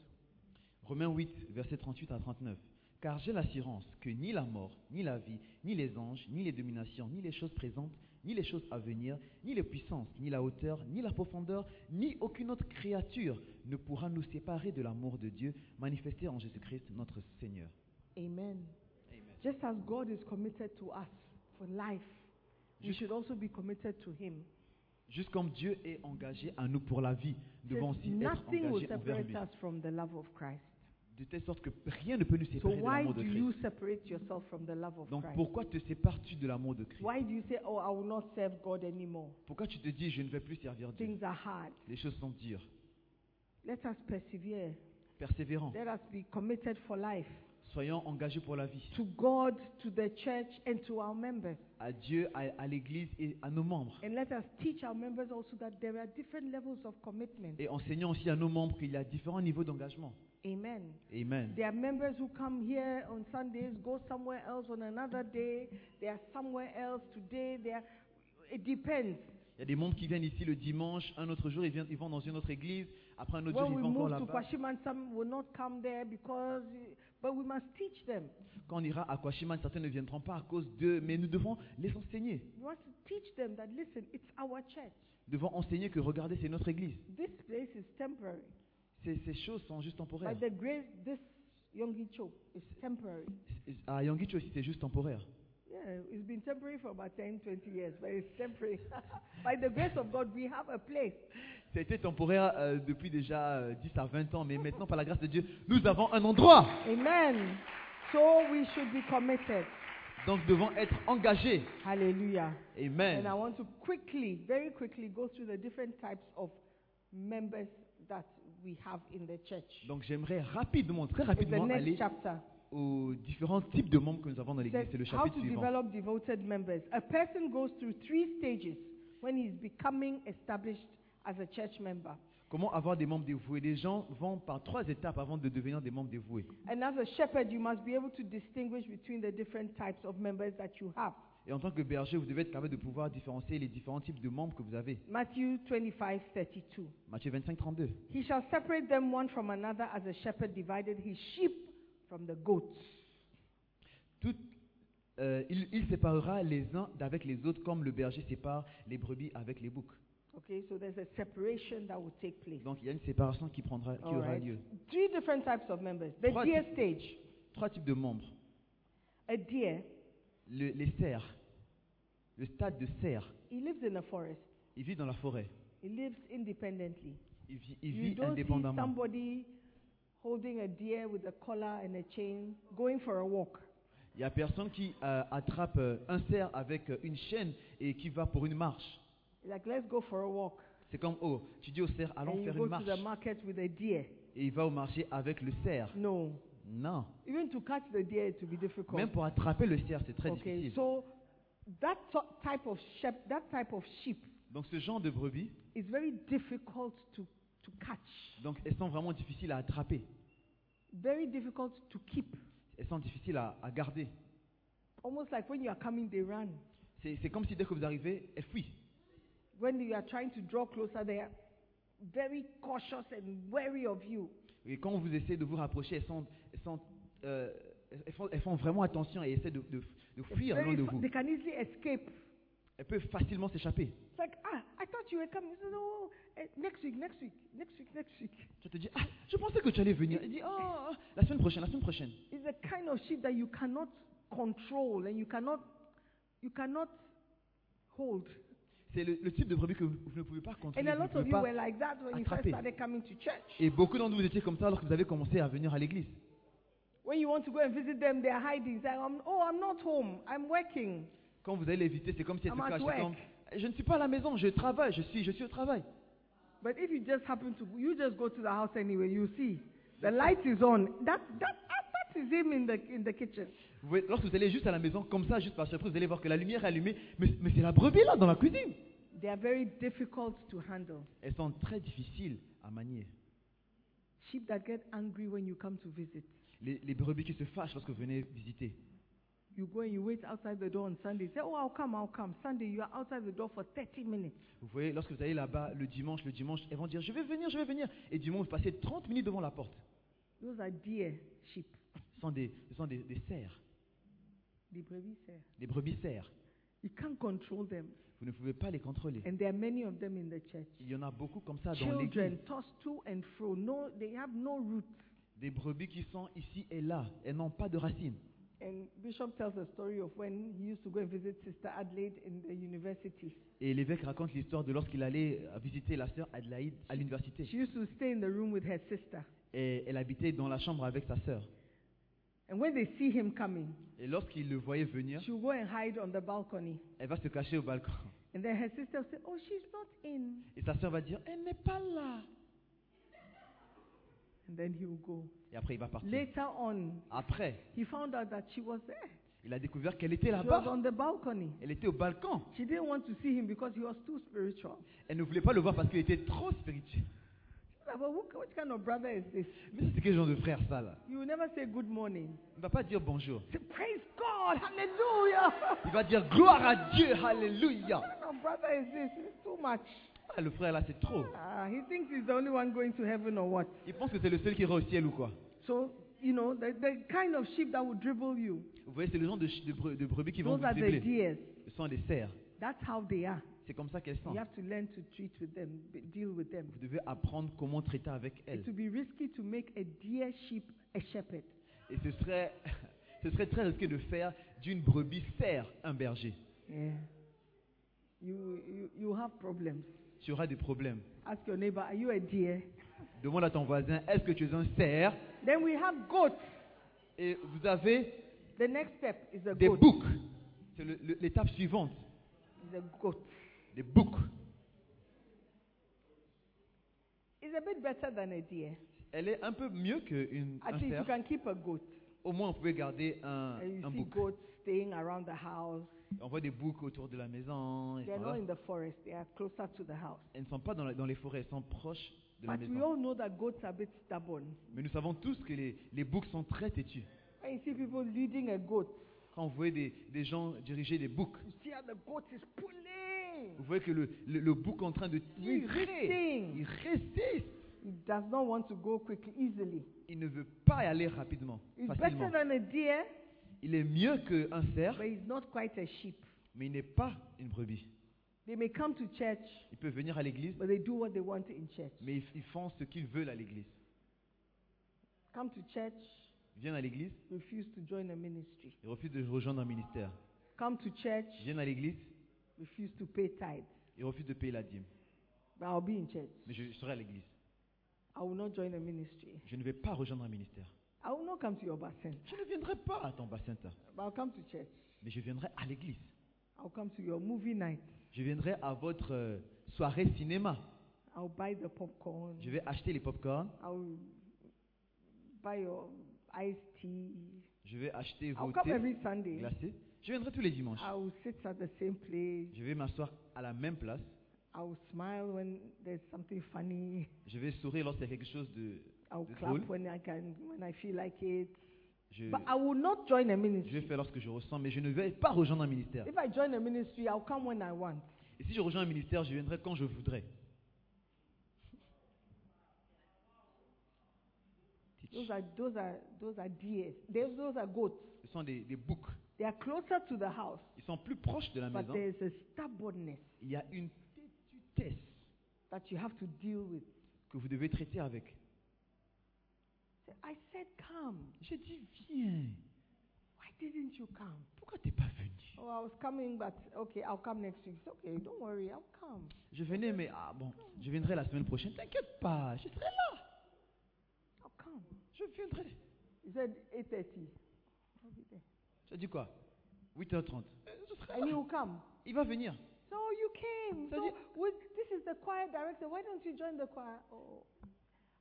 Speaker 1: Romains 8, versets 38 à 39. Car j'ai l'assurance que ni la mort, ni la vie, ni les anges, ni les dominations, ni les choses présentes, ni les choses à venir, ni les puissances, ni la hauteur, ni la profondeur, ni aucune autre créature ne pourra nous séparer de l'amour de Dieu manifesté en Jésus-Christ notre Seigneur.
Speaker 4: Amen.
Speaker 1: Amen.
Speaker 4: Just as God is committed to us for life, we
Speaker 1: Just-
Speaker 4: should also be committed to Him.
Speaker 1: Juste comme Dieu est engagé à nous pour la vie, nous devons
Speaker 4: Since
Speaker 1: aussi être
Speaker 4: nothing will
Speaker 1: engagés envers
Speaker 4: separate
Speaker 1: lui.
Speaker 4: us from the love of Christ.
Speaker 1: De telle sorte que rien ne peut nous
Speaker 4: So
Speaker 1: séparer de
Speaker 4: why
Speaker 1: l'amour
Speaker 4: do
Speaker 1: de
Speaker 4: you
Speaker 1: Christ.
Speaker 4: separate yourself from the love of
Speaker 1: Donc
Speaker 4: Christ?
Speaker 1: pourquoi te sépares-tu de l'amour de Christ
Speaker 4: Why do you say, "Oh, I will not serve God anymore"?
Speaker 1: Pourquoi tu te dis je ne vais plus servir Dieu
Speaker 4: Things are hard.
Speaker 1: Les choses sont dures.
Speaker 4: Let us persevere.
Speaker 1: Persévérant.
Speaker 4: Let us be committed for life
Speaker 1: Soyons engagés pour la vie.
Speaker 4: to God, to the church, and to our members.
Speaker 1: À Dieu, à, à l'Église et à nos membres.
Speaker 4: And let us teach our members also that there are different levels of commitment.
Speaker 1: Et enseignons aussi à nos membres qu'il y a différents niveaux d'engagement.
Speaker 4: Amen.
Speaker 1: Amen.
Speaker 4: There are members who come here on Sundays, go somewhere else on another day. They are somewhere else today. They are, it depends.
Speaker 1: Il y a des membres qui viennent ici le dimanche, un autre jour ils, viennent, ils vont dans une autre église, Après un autre jour,
Speaker 4: When
Speaker 1: il
Speaker 4: we
Speaker 1: va encore
Speaker 4: move to
Speaker 1: là-bas.
Speaker 4: Kwashiman, some will not come there because, but we must teach them.
Speaker 1: Quand on ira à Kwashiman, certains ne viendront pas à cause d'eux, mais nous devons les enseigner.
Speaker 4: We must teach them that listen, it's our church.
Speaker 1: Nous devons enseigner que regardez, c'est notre église.
Speaker 4: This place is temporary.
Speaker 1: Ces, ces choses sont juste temporaires.
Speaker 4: By the grace, this Yongi Cho is temporary.
Speaker 1: À Yangicho aussi, c'est juste temporaire.
Speaker 4: Yeah, it's been temporary for about 10, 20 years, but it's temporary. By the grace of God, we have a place.
Speaker 1: Ça a été temporaire euh, depuis déjà euh, 10 à 20 ans, mais maintenant, par la grâce de Dieu, nous avons un endroit.
Speaker 4: Amen. So we should be committed.
Speaker 1: Donc, nous devons être engagés.
Speaker 4: Hallelujah. And
Speaker 1: Amen.
Speaker 4: I want to quickly, very quickly, go through the different types of members that we have in the church.
Speaker 1: Donc, j'aimerais rapidement, très
Speaker 4: It's the
Speaker 1: rapidement,
Speaker 4: next
Speaker 1: aller
Speaker 4: chapter.
Speaker 1: aux différents types de membres que nous avons dans l'église.
Speaker 4: Says
Speaker 1: C'est le
Speaker 4: how
Speaker 1: chapitre
Speaker 4: to
Speaker 1: suivant.
Speaker 4: develop devoted members. A person goes through three stages when he's becoming established as a church member.
Speaker 1: Comment avoir des membres dévoués Les gens vont par trois étapes avant de devenir des membres dévoués.
Speaker 4: And as a shepherd, you must be able to distinguish between the different types of members that you have.
Speaker 1: Et en tant que berger, vous devez être capable de pouvoir différencier les différents types de membres que vous avez.
Speaker 4: Matthew 25, 32.
Speaker 1: Matthieu 25, 32.
Speaker 4: He shall separate them one from another as a shepherd divided his sheep from the goats.
Speaker 1: Tout- euh, il, il séparera les uns d'avec les autres comme le berger sépare les brebis avec les boucs.
Speaker 4: Okay, so there's a separation that will take place.
Speaker 1: Donc il y a une séparation qui, prendra, qui
Speaker 4: All
Speaker 1: aura
Speaker 4: right.
Speaker 1: lieu.
Speaker 4: Three different types of members. The
Speaker 1: Trois
Speaker 4: deer
Speaker 1: types.
Speaker 4: stage.
Speaker 1: Trois types de membres.
Speaker 4: A deer,
Speaker 1: Le- les cerfs. Le stade de cerf.
Speaker 4: he lives in a forest.
Speaker 1: Il vit dans la forêt.
Speaker 4: He lives independently.
Speaker 1: Il vit, il
Speaker 4: you
Speaker 1: vit
Speaker 4: don't see
Speaker 1: indépendamment.
Speaker 4: somebody holding a deer with a collar and a chain going for a walk.
Speaker 1: Il n'y a personne qui euh, attrape euh, un cerf avec euh, une chaîne et qui va pour une marche.
Speaker 4: Like, let's go for a walk.
Speaker 1: C'est comme, oh, tu dis au cerf, allons
Speaker 4: and you
Speaker 1: faire
Speaker 4: go to
Speaker 1: une marche.
Speaker 4: the market with a deer.
Speaker 1: Et il va au marché avec le cerf.
Speaker 4: No.
Speaker 1: Non.
Speaker 4: Even to catch the deer, it will be difficult.
Speaker 1: Même pour attraper le cerf, c'est très
Speaker 4: okay,
Speaker 1: difficile.
Speaker 4: so that to- type of sheep, that type of sheep
Speaker 1: Donc ce genre de brebis,
Speaker 4: is very difficult to, to catch,
Speaker 1: donc elles sont vraiment difficiles à attraper.
Speaker 4: very difficult to keep.
Speaker 1: Elles sont difficiles à, à garder.
Speaker 4: Almost like when you are coming, they run.
Speaker 1: C'est c'est comme si dès que vous arrivez, elles fuient.
Speaker 4: When you are trying to draw closer, they are very cautious and wary of you.
Speaker 1: Et quand vous essayez de vous rapprocher, elles, sont, elles, sont, euh, elles, font, elles font vraiment attention et essaient de, de- de
Speaker 4: It's
Speaker 1: fuir
Speaker 4: very
Speaker 1: loin de
Speaker 4: fa-
Speaker 1: vous.
Speaker 4: They can easily escape.
Speaker 1: Elles peuvent facilement s'échapper.
Speaker 4: It's like, ah, I thought you were coming. He says, oh, eh, next week, next week, next week, next week. "Ah,
Speaker 1: Tu te dis, ah, je pensais que tu allais venir. Elle dit, oh, la semaine prochaine, la semaine prochaine.
Speaker 4: It's the kind of sheep that you cannot control and you cannot, you cannot hold.
Speaker 1: C'est le, le type de brebis que vous, vous ne pouvez pas contrôler.
Speaker 4: And a
Speaker 1: vous ne
Speaker 4: lot of
Speaker 1: pouvez
Speaker 4: you
Speaker 1: pas-
Speaker 4: were like that when you first
Speaker 1: attraper.
Speaker 4: started coming to church.
Speaker 1: Et beaucoup d'entre vous étiez comme ça alors que vous avez commencé à venir à l'église.
Speaker 4: When you want to go and visit them, they're hiding. It's like, "I'm- oh, I'm not home. I'm working.
Speaker 1: Quand vous allez l'éviter, c'est comme si elle
Speaker 4: I'm
Speaker 1: se
Speaker 4: at
Speaker 1: cache.
Speaker 4: work.
Speaker 1: c'est comme, je ne suis pas à la maison, je travaille, je suis, je suis au travail.
Speaker 4: But if you just happen to, you just go to the house anyway, you see. The light is on. That, that, ah, that is him in the, in the kitchen.
Speaker 1: Vous voyez, lorsque vous allez juste à la maison, comme ça, juste par surprise, vous allez voir que la lumière est allumée, mais, mais c'est la brebis là dans la cuisine.
Speaker 4: They are very difficult to handle.
Speaker 1: Elles sont très difficiles à manier.
Speaker 4: Sheep that get angry when you come to visit.
Speaker 1: Les, les brebis qui se fâchent lorsque vous venez visiter.
Speaker 4: You go and you wait outside the door on Sunday. Say, oh, I'll come, I'll come. Sunday, you are outside the door for 30 minutes.
Speaker 1: Vous voyez, lorsque vous allez là-bas le dimanche, le dimanche, elles vont dire je vais venir, je vais venir. Et du moment, vous passez 30 minutes devant la porte.
Speaker 4: Those are deer sheep.
Speaker 1: Ce sont des, ce sont des, des cerfs,
Speaker 4: The brevis there.
Speaker 1: des brebis cerfs.
Speaker 4: You can't control them.
Speaker 1: Vous ne pouvez pas les contrôler.
Speaker 4: And there are many of them in the church.
Speaker 1: Il y en a beaucoup comme ça dans l'église.
Speaker 4: Children tossed to and fro. No, they have no roots.
Speaker 1: Des brebis qui sont ici et là. Elles n'ont pas de racines.
Speaker 4: And Bishop tells a story of when he used to go and visit Sister Adelaide in the university.
Speaker 1: Et l'évêque raconte l'histoire de lorsqu'il allait euh, visiter la sœur Adelaide à l'université.
Speaker 4: She used to stay in the room with her sister.
Speaker 1: Et elle habitait dans la chambre avec sa sœur.
Speaker 4: And when they see him coming,
Speaker 1: Et lorsqu'il le voyait venir,
Speaker 4: she'll go and hide on the balcony.
Speaker 1: elle va se cacher au balcon.
Speaker 4: And then her sister will say, Oh, she's not in.
Speaker 1: Et sa sœur va dire Elle n'est pas là.
Speaker 4: And then he will go.
Speaker 1: Et après, il va partir.
Speaker 4: Later on,
Speaker 1: Après,
Speaker 4: he found out that she was there.
Speaker 1: il a découvert qu'elle était
Speaker 4: She was
Speaker 1: là-bas.
Speaker 4: on the balcony.
Speaker 1: Elle était au balcon.
Speaker 4: She didn't want to see him because he was too spiritual.
Speaker 1: Elle ne voulait pas le voir parce qu'il était trop spirituel.
Speaker 4: She's like, well, who, what kind of brother is this?
Speaker 1: Mais c'est quel genre de frère ça là
Speaker 4: You will never say good morning.
Speaker 1: Il ne va pas dire bonjour.
Speaker 4: Say, Praise God, hallelujah.
Speaker 1: Il va dire gloire à Dieu, alléluia.
Speaker 4: what kind of brother is this? It's too much.
Speaker 1: Ah, le frère là, c'est trop.
Speaker 4: Ah, he thinks he's the only one going to heaven or what?
Speaker 1: Il pense que c'est le seul qui ira au ciel ou quoi
Speaker 4: So, you know, the, the kind of sheep that will dribble you,
Speaker 1: Vous voyez, c'est le genre de, ch- de bre- de brebis qui vont
Speaker 4: those
Speaker 1: vous
Speaker 4: are the
Speaker 1: dribbler.
Speaker 4: deers.
Speaker 1: Ce sont des cerfs.
Speaker 4: That's how they are.
Speaker 1: C'est comme ça qu'elles sont.
Speaker 4: You have to learn to treat with them, b- deal with them.
Speaker 1: Vous devez apprendre comment traiter avec elles.
Speaker 4: It would be risky to make a deer sheep a shepherd.
Speaker 1: Et ce serait, ce serait très risqué de faire d'une brebis cerf un berger.
Speaker 4: Yeah. You, you, you have problems.
Speaker 1: Tu auras des problèmes.
Speaker 4: Ask your neighbor, are you a deer?
Speaker 1: Demande à ton voisin, est-ce que tu es un cerf
Speaker 4: Then we have goats.
Speaker 1: Et vous avez
Speaker 4: The next step is a
Speaker 1: des
Speaker 4: goat.
Speaker 1: boucs. C'est le- le- l'étape suivante.
Speaker 4: Is a goat.
Speaker 1: Des boucs.
Speaker 4: It's a bit better than a deer.
Speaker 1: Elle est un peu mieux qu'une
Speaker 4: At
Speaker 1: un
Speaker 4: least you
Speaker 1: cerf.
Speaker 4: can keep a goat.
Speaker 1: Au moins, vous pouvez garder un,
Speaker 4: And you
Speaker 1: un
Speaker 4: see
Speaker 1: bouc.
Speaker 4: goats staying around the house.
Speaker 1: On voit des boucs autour de la maison. Elles,
Speaker 4: They're
Speaker 1: sont là.
Speaker 4: not in the forest. They are closer to the house.
Speaker 1: Elles ne sont pas dans, la- dans les forêts, elles sont proches de la
Speaker 4: But we
Speaker 1: maison.
Speaker 4: all know that goats are a bit stubborn.
Speaker 1: Mais nous savons tous que les, les boucs sont très têtus.
Speaker 4: When you see people leading a goat,
Speaker 1: Quand vous voyez des, des gens diriger des boucs,
Speaker 4: you see how the goat is pulling.
Speaker 1: vous voyez que le, le, le bouc est en train de tirer.
Speaker 4: Resisting.
Speaker 1: Il résiste.
Speaker 4: It does not want to go quickly, easily.
Speaker 1: Il ne veut pas y aller rapidement,
Speaker 4: It's
Speaker 1: facilement.
Speaker 4: better than a deer,
Speaker 1: Il est mieux qu'un cerf,
Speaker 4: but it's not quite a sheep.
Speaker 1: mais il n'est pas une brebis.
Speaker 4: They may come to church,
Speaker 1: Il peut venir à l'église,
Speaker 4: but they do what they want in church.
Speaker 1: mais ils, ils font ce qu'ils veulent à l'église.
Speaker 4: Come to church,
Speaker 1: Ils viennent à l'église,
Speaker 4: refuse to join a ministry.
Speaker 1: ils refusent de rejoindre un ministère.
Speaker 4: Come to church,
Speaker 1: Ils viennent à l'église,
Speaker 4: refuse to pay tithes.
Speaker 1: ils refusent de payer la dîme.
Speaker 4: But I'll be in church.
Speaker 1: Mais je, je serai à l'église.
Speaker 4: I will not join a ministry.
Speaker 1: Je ne vais pas rejoindre un ministère.
Speaker 4: I will not come to your bassin,
Speaker 1: Je ne viendrai pas à ton bassin, ça.
Speaker 4: but I'll come to church.
Speaker 1: mais je viendrai à l'église.
Speaker 4: I'll come to your movie night.
Speaker 1: Je viendrai à votre euh, soirée cinéma.
Speaker 4: I'll buy the popcorn.
Speaker 1: Je vais acheter les popcorn,
Speaker 4: I'll buy your iced tea.
Speaker 1: je vais acheter
Speaker 4: I'll
Speaker 1: vos
Speaker 4: come
Speaker 1: thés
Speaker 4: every Sunday.
Speaker 1: glacés. Je viendrai tous les dimanches.
Speaker 4: I will sit at the same place.
Speaker 1: Je vais m'asseoir à la même place.
Speaker 4: I will smile when there's something funny.
Speaker 1: Je vais sourire lorsqu'il y a quelque chose de...
Speaker 4: I will
Speaker 1: That's
Speaker 4: clap
Speaker 1: good.
Speaker 4: when I can, when I feel like it.
Speaker 1: Je,
Speaker 4: But I will not join a
Speaker 1: je vais
Speaker 4: ministry.
Speaker 1: faire lorsque je ressens, mais je ne vais pas rejoindre un ministère.
Speaker 4: If I join a ministry, I'll come when I want.
Speaker 1: Et si je rejoins un ministère, je viendrai quand je voudrais.
Speaker 4: Those
Speaker 1: Teach.
Speaker 4: are those are those are deers. They- Those are goats.
Speaker 1: Ce sont des, des boucs.
Speaker 4: They are closer to the house,
Speaker 1: Ils sont plus proches de la
Speaker 4: but
Speaker 1: maison.
Speaker 4: there is a stubbornness
Speaker 1: Il y a une tétutesse
Speaker 4: that you have to deal with.
Speaker 1: que vous devez traiter avec.
Speaker 4: Say, I said, come.
Speaker 1: J'ai dit, viens.
Speaker 4: Why didn't you come?
Speaker 1: Pourquoi t'es pas venu
Speaker 4: Oh, I was coming, but okay, I'll come next week. It's okay, don't worry, I'll come.
Speaker 1: Je venais, mais ah bon, je viendrai la semaine prochaine. T'inquiète pas, je serai là.
Speaker 4: I'll come.
Speaker 1: Je viendrai.
Speaker 4: He said 8:30. I'll be there.
Speaker 1: Tu as dit quoi 8h30. Euh, Je serai
Speaker 4: And
Speaker 1: là.
Speaker 4: he will come.
Speaker 1: Il va venir.
Speaker 4: So you came.
Speaker 1: So
Speaker 4: So,
Speaker 1: you-
Speaker 4: would, this is the choir director. Why don't you join the choir? Oh,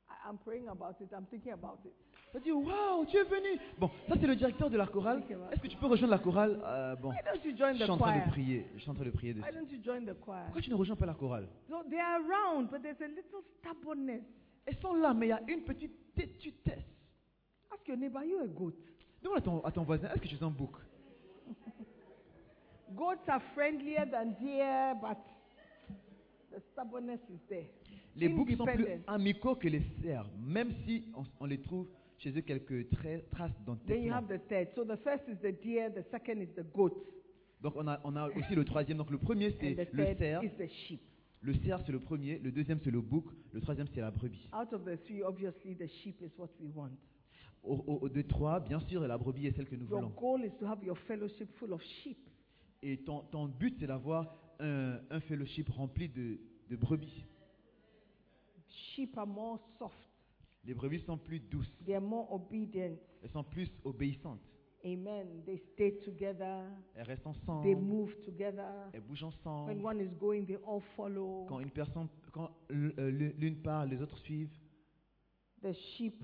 Speaker 4: I, I'm praying about it. I'm thinking about it.
Speaker 1: Tu as dit, waouh, tu es venu. Bon, ça c'est le directeur de la chorale. Est-ce que tu peux rejoindre la chorale Euh, Bon,
Speaker 4: Why don't you join
Speaker 1: je
Speaker 4: the
Speaker 1: suis en train de
Speaker 4: choir?
Speaker 1: prier. Je suis en train de prier
Speaker 4: Why
Speaker 1: dessus.
Speaker 4: don't you join the choir?
Speaker 1: Pourquoi tu ne rejoins pas la chorale
Speaker 4: So they are around, but there's a little stubbornness.
Speaker 1: Elles sont là, mais il y a une petite tétutesse.
Speaker 4: Ask your neighbor, are you a goat?
Speaker 1: Demande à ton, à ton voisin, est-ce que tu es un bouc
Speaker 4: Goats are friendlier than deer, but the stubbornness is there.
Speaker 1: Les boucs ils sont plus
Speaker 4: Independent.
Speaker 1: amicaux que les cerfs, même si on, on les trouve chez eux quelques tra- traces
Speaker 4: Then you have
Speaker 1: d'entêtement.
Speaker 4: the third. So the first is the deer, the second is the goat,
Speaker 1: Donc on a, on a aussi le troisième. Donc le premier c'est
Speaker 4: and the
Speaker 1: le
Speaker 4: third
Speaker 1: cerf,
Speaker 4: is the sheep.
Speaker 1: le cerf c'est le premier, le deuxième c'est le bouc, le troisième c'est la brebis.
Speaker 4: Out of the three, obviously, the sheep is what we want.
Speaker 1: Au, au, au- de trois, bien sûr, la brebis est celle que nous
Speaker 4: Your
Speaker 1: voulons.
Speaker 4: goal is to have your fellowship full of sheep.
Speaker 1: Et ton, ton but c'est d'avoir un, un fellowship rempli de, de brebis.
Speaker 4: Sheep are more soft,
Speaker 1: Les brebis sont plus douces,
Speaker 4: they are more obedient.
Speaker 1: elles sont plus obéissantes,
Speaker 4: Amen. They stay together,
Speaker 1: elles restent
Speaker 4: they
Speaker 1: ensemble,
Speaker 4: move together.
Speaker 1: elles bougent
Speaker 4: When
Speaker 1: ensemble.
Speaker 4: one is going, they all follow.
Speaker 1: Quand une personne, quand l- euh, l'une part, les autres suivent.
Speaker 4: The sheep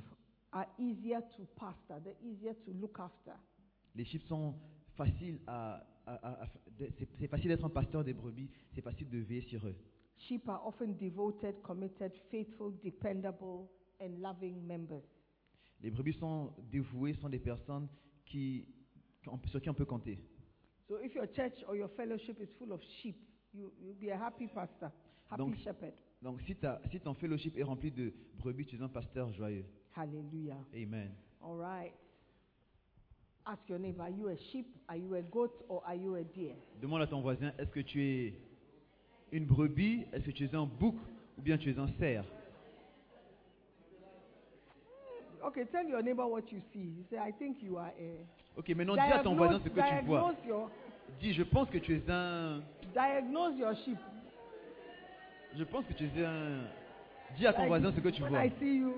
Speaker 4: are easier to pastor, they're easier to look after.
Speaker 1: Les chips sont faciles à. à- à- à- de- c'est c'est facile d'être un pasteur des brebis, c'est facile de veiller sur eux.
Speaker 4: Sheep are often devoted, committed, faithful, dependable, and loving members.
Speaker 1: Les brebis sont dévouées, sont des personnes qui, qu'on- sur qui on peut compter.
Speaker 4: So if your church or your fellowship is full of sheep, you, you'll be a happy pastor. Happy
Speaker 1: Donc-
Speaker 4: shepherd.
Speaker 1: Donc si, ta- si ton fellowship est rempli de brebis, tu es un pasteur joyeux.
Speaker 4: Hallelujah.
Speaker 1: Amen.
Speaker 4: All right. Ask your neighbor, are you a sheep? Are you a goat? Or are you a deer?
Speaker 1: Demande à ton voisin, est-ce que tu es une brebis, est-ce que tu es un bouc ou bien tu es un cerf
Speaker 4: Okay, tell your neighbor what you see. You say, I think you are a.
Speaker 1: Ok, maintenant dis à ton voisin ce que tu vois.
Speaker 4: diagnose your,
Speaker 1: Dis, je pense que tu es un...
Speaker 4: diagnose your sheep.
Speaker 1: Je pense que tu es un... Dis à ton
Speaker 4: Like,
Speaker 1: voisin ce que tu
Speaker 4: when
Speaker 1: vois.
Speaker 4: I see you.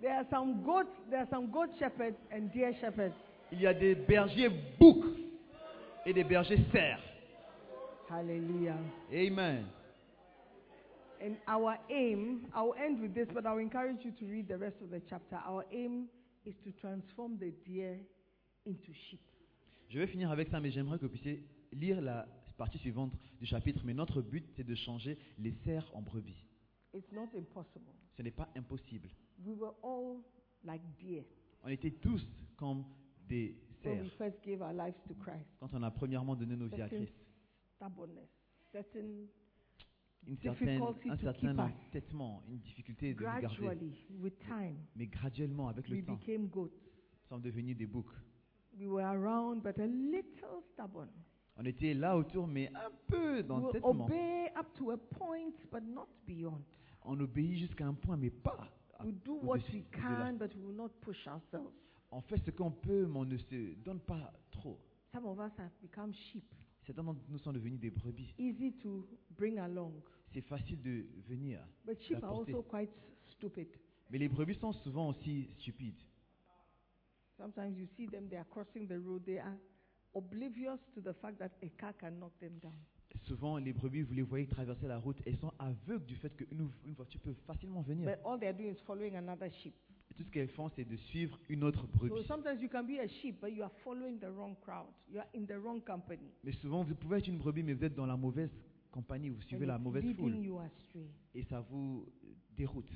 Speaker 4: There are some goats, there are some goat shepherds and deer shepherds.
Speaker 1: Il y a des bergers boucs et des bergers cerfs.
Speaker 4: Hallelujah.
Speaker 1: Amen.
Speaker 4: And our aim, I will end with this, but I will encourage you to read the rest of the chapter. Our aim is to transform the deer into sheep.
Speaker 1: Je vais finir avec ça, mais j'aimerais que vous puissiez lire la partie suivante du chapitre. Mais notre but, c'est de changer les cerfs en brebis.
Speaker 4: It's not impossible.
Speaker 1: Ce n'est pas impossible.
Speaker 4: We were all like deer
Speaker 1: On était tous comme des
Speaker 4: when we
Speaker 1: cerfs
Speaker 4: first gave our lives to Christ.
Speaker 1: quand on a premièrement donné nos vies à Christ.
Speaker 4: Stubbornness, certain
Speaker 1: Une certaine,
Speaker 4: Difficulty
Speaker 1: un
Speaker 4: to
Speaker 1: certain
Speaker 4: keep us.
Speaker 1: entêtement, une difficulté de nous garder.
Speaker 4: gradually with time
Speaker 1: Mais graduellement, avec
Speaker 4: we
Speaker 1: le temps,
Speaker 4: became goats
Speaker 1: nous sommes devenus des boucs.
Speaker 4: we were around but a little stubborn
Speaker 1: On était là autour, mais un peu
Speaker 4: we
Speaker 1: dans
Speaker 4: will
Speaker 1: le têtement.
Speaker 4: obey up to a point but not beyond
Speaker 1: On obéit jusqu'à un point, mais pas. à-
Speaker 4: we do what
Speaker 1: au-dessus
Speaker 4: we
Speaker 1: de là.
Speaker 4: can but we will not push ourselves
Speaker 1: On fait ce qu'on peut, mais on ne se donne pas trop.
Speaker 4: some of us have become sheep
Speaker 1: Certains d'entre nous sont devenus des brebis.
Speaker 4: easy to bring along
Speaker 1: C'est facile de venir.
Speaker 4: but sheep are
Speaker 1: Apporter.
Speaker 4: also quite stupid
Speaker 1: Mais les brebis sont souvent aussi stupides.
Speaker 4: sometimes you see them they are crossing the road they are oblivious to the fact that a car can knock them down
Speaker 1: Souvent, les brebis, vous les voyez traverser la route, elles sont aveugles du fait qu'une une voiture peut facilement venir.
Speaker 4: but all they are doing is following another sheep
Speaker 1: Et tout ce qu'elles font, c'est de suivre une autre
Speaker 4: So
Speaker 1: brebis.
Speaker 4: sometimes you can be a sheep, but you are following the wrong crowd. You are in the wrong company.
Speaker 1: Mais souvent, vous pouvez être une brebis, mais vous êtes dans la mauvaise compagnie, vous suivez
Speaker 4: and
Speaker 1: la
Speaker 4: it's
Speaker 1: mauvaise
Speaker 4: leading
Speaker 1: foule.
Speaker 4: you astray.
Speaker 1: Et ça vous euh, déroute.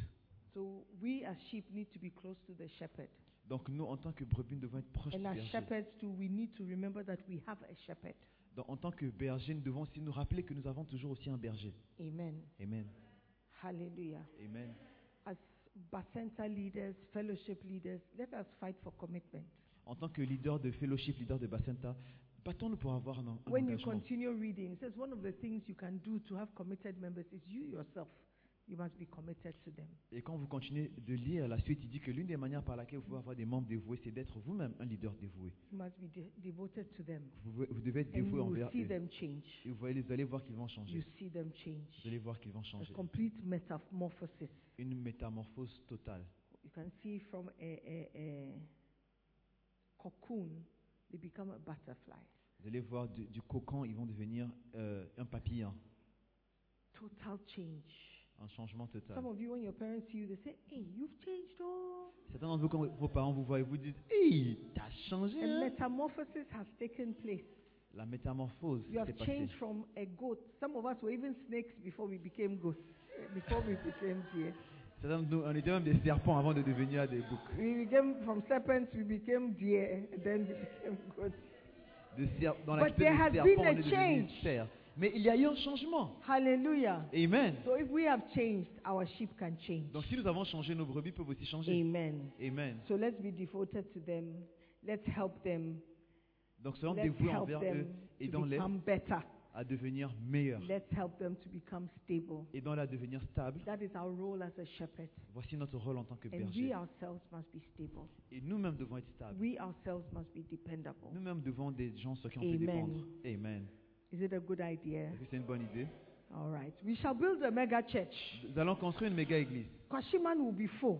Speaker 4: So we as sheep need to be close to the shepherd.
Speaker 1: Donc nous, en tant que brebis, nous devons être proches du
Speaker 4: And as
Speaker 1: berger.
Speaker 4: shepherds too, we need to remember that we have a shepherd.
Speaker 1: Donc, en tant que berger, nous devons aussi nous rappeler que nous avons toujours aussi un berger.
Speaker 4: Amen.
Speaker 1: Amen.
Speaker 4: Hallelujah.
Speaker 1: Amen.
Speaker 4: As Bacenta leaders, fellowship leaders, let us fight for commitment.
Speaker 1: En tant que leader de fellowship, leader de Bacenta, battons-nous pour avoir un, un
Speaker 4: When you
Speaker 1: engagement.
Speaker 4: continue reading, it says one of the things you can do to have committed members is you yourself. You must be committed to them.
Speaker 1: Et quand vous continuez de lire la suite, il dit que l'une des manières par laquelle vous pouvez avoir des membres dévoués, c'est d'être vous-même un leader dévoué.
Speaker 4: You must be de- devoted to them.
Speaker 1: Vous, vous devez être
Speaker 4: And you
Speaker 1: dévoué
Speaker 4: will
Speaker 1: envers
Speaker 4: see
Speaker 1: eux.
Speaker 4: them change.
Speaker 1: Et vous, voyez, vous allez voir qu'ils vont
Speaker 4: You
Speaker 1: changer.
Speaker 4: see them
Speaker 1: Vous
Speaker 4: change.
Speaker 1: allez voir qu'ils vont changer.
Speaker 4: A complete metamorphosis.
Speaker 1: Une métamorphose totale.
Speaker 4: You can see from a, a, a cocoon, they become a butterfly.
Speaker 1: Vous allez voir du, du cocon, ils vont devenir euh, un papillon.
Speaker 4: Total change.
Speaker 1: Un changement total.
Speaker 4: Some of you, when your parents see you, they say, Hey, you've changed oh." all.
Speaker 1: Certains d'entre vous, quand vos parents vous voient, ils vous disent Hey, t'as changé
Speaker 4: A
Speaker 1: hein?
Speaker 4: metamorphosis has taken place.
Speaker 1: La métamorphose
Speaker 4: You
Speaker 1: s'est
Speaker 4: have
Speaker 1: passée.
Speaker 4: changed from a goat. Some of us were even snakes before we became goats, eh, before we became deer.
Speaker 1: Certains d'entre nous, on était même des serpents avant de devenir des boucs.
Speaker 4: We became from serpents, we became deer, and then we became goats.
Speaker 1: De cer- dans
Speaker 4: But
Speaker 1: la
Speaker 4: there has
Speaker 1: des serpents,
Speaker 4: been
Speaker 1: on
Speaker 4: a
Speaker 1: est devenus
Speaker 4: change.
Speaker 1: cerfs. Mais il y a eu un changement.
Speaker 4: Hallelujah.
Speaker 1: Amen.
Speaker 4: So if we have changed, our sheep can change.
Speaker 1: Donc si nous avons changé, nos brebis peuvent aussi changer.
Speaker 4: Amen.
Speaker 1: Amen.
Speaker 4: So let's be devoted to them. Let's help them.
Speaker 1: Donc soyons
Speaker 4: Let's
Speaker 1: dévoués
Speaker 4: help
Speaker 1: envers eux
Speaker 4: them
Speaker 1: et
Speaker 4: to
Speaker 1: dans l'aide
Speaker 4: become better.
Speaker 1: à devenir meilleurs.
Speaker 4: Let's help them to become stable.
Speaker 1: Et dans l'aide à devenir stable.
Speaker 4: That is our role as a shepherd.
Speaker 1: Voici notre rôle en tant que
Speaker 4: And we
Speaker 1: berger.
Speaker 4: ourselves must be stable.
Speaker 1: Et nous-mêmes devons être stables.
Speaker 4: We ourselves must be dependable.
Speaker 1: Nous-mêmes devons des gens sur qui on peut
Speaker 4: Amen.
Speaker 1: dépendre. Amen.
Speaker 4: Is it a good idea?
Speaker 1: Est-ce que c'est une bonne idée
Speaker 4: All right. We shall build a mega church.
Speaker 1: Nous allons construire une méga église.
Speaker 4: Kwashiman will be full.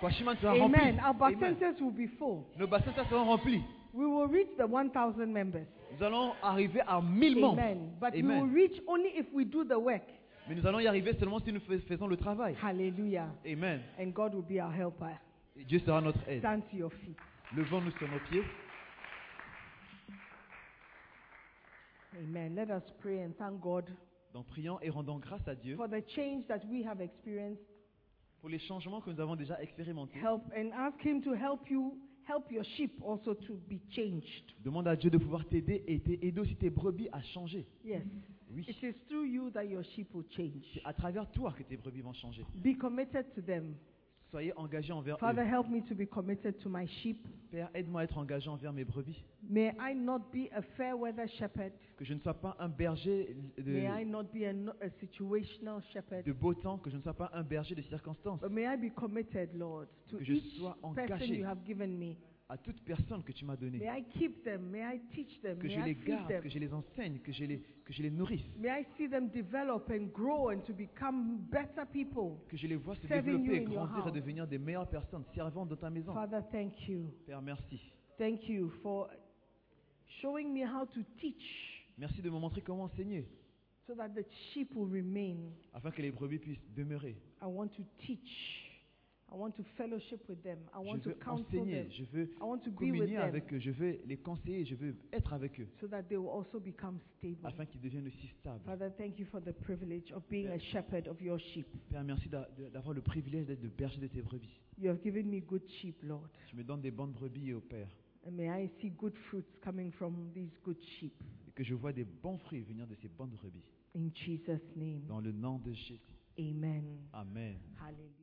Speaker 1: Kwashiman sera rempli.
Speaker 4: Amen. Our
Speaker 1: Amen.
Speaker 4: baptisms will be full.
Speaker 1: Nos bassins ça, seront remplis.
Speaker 4: We will reach the 1,000 members.
Speaker 1: Nous allons arriver à 1000 membres.
Speaker 4: Amen. But we
Speaker 1: Amen.
Speaker 4: will reach only if we do the work.
Speaker 1: Mais nous allons y arriver seulement si nous fais- faisons le travail.
Speaker 4: Hallelujah.
Speaker 1: Amen.
Speaker 4: And God will be our helper.
Speaker 1: Et Dieu sera notre aide.
Speaker 4: Stand to your feet.
Speaker 1: Levons-nous sur nos pieds.
Speaker 4: Amen. Let us pray and thank God
Speaker 1: Donc prions et rendons grâce à Dieu
Speaker 4: for the change that we have experienced.
Speaker 1: pour les changements que nous avons déjà expérimentés.
Speaker 4: Help and ask Him to help you, help your sheep also to be changed.
Speaker 1: Demande à Dieu de pouvoir t'aider et t'aider aussi tes brebis à changer.
Speaker 4: Yes.
Speaker 1: Oui.
Speaker 4: It is through you that your sheep will change.
Speaker 1: C'est à travers toi que tes brebis vont changer.
Speaker 4: Be committed to them.
Speaker 1: Soyez engagés envers
Speaker 4: Father,
Speaker 1: eux.
Speaker 4: help me to be committed to my sheep.
Speaker 1: Père, aide-moi à être engagé envers mes brebis.
Speaker 4: May I not be a fair weather shepherd.
Speaker 1: Que je ne sois pas un berger
Speaker 4: May I
Speaker 1: de,
Speaker 4: not be a, no- a situational shepherd.
Speaker 1: de beau temps, que je ne sois pas un berger de circonstances.
Speaker 4: But may I be committed, Lord, to
Speaker 1: Que je
Speaker 4: each
Speaker 1: sois
Speaker 4: person you
Speaker 1: engagé
Speaker 4: have given me.
Speaker 1: à toute personne que tu m'as
Speaker 4: May
Speaker 1: donnée.
Speaker 4: I keep them. May I teach them.
Speaker 1: Que
Speaker 4: may
Speaker 1: je
Speaker 4: I
Speaker 1: les
Speaker 4: feed
Speaker 1: garde,
Speaker 4: them.
Speaker 1: que je les enseigne, que je les, que je les nourrisse.
Speaker 4: May I see them develop and grow and to become better people.
Speaker 1: Que je les vois se
Speaker 4: Serving you
Speaker 1: développer,
Speaker 4: in your
Speaker 1: grandir et
Speaker 4: house.
Speaker 1: devenir des meilleures personnes, servantes dans ta maison.
Speaker 4: Father, thank you.
Speaker 1: Père, merci.
Speaker 4: Thank you for showing me how to teach
Speaker 1: Merci de me montrer comment enseigner,
Speaker 4: so that the sheep will remain.
Speaker 1: afin que les brebis puissent demeurer.
Speaker 4: I want to teach. I want to fellowship with them. I
Speaker 1: Je
Speaker 4: want to
Speaker 1: veux
Speaker 4: counsel
Speaker 1: enseigner,
Speaker 4: them.
Speaker 1: je veux
Speaker 4: I want to be with
Speaker 1: communier
Speaker 4: them
Speaker 1: avec eux, je veux les conseiller, je veux être avec eux,
Speaker 4: so that they will also become stable.
Speaker 1: afin qu'ils deviennent aussi stables.
Speaker 4: Father, thank you for the privilege of being a
Speaker 1: Amen.
Speaker 4: shepherd of your sheep.
Speaker 1: Père, merci d'a- de- d'avoir le privilège d'être le berger de tes brebis.
Speaker 4: You have given me good sheep, Lord.
Speaker 1: Tu me donnes des bonnes brebis au Père,
Speaker 4: And may I see good fruits coming from these good sheep.
Speaker 1: et que je vois des bons fruits venir de ces bonnes brebis.
Speaker 4: In Jesus' name,
Speaker 1: Dans le nom de Jésus.
Speaker 4: amen.
Speaker 1: Amen.
Speaker 4: Hallelujah.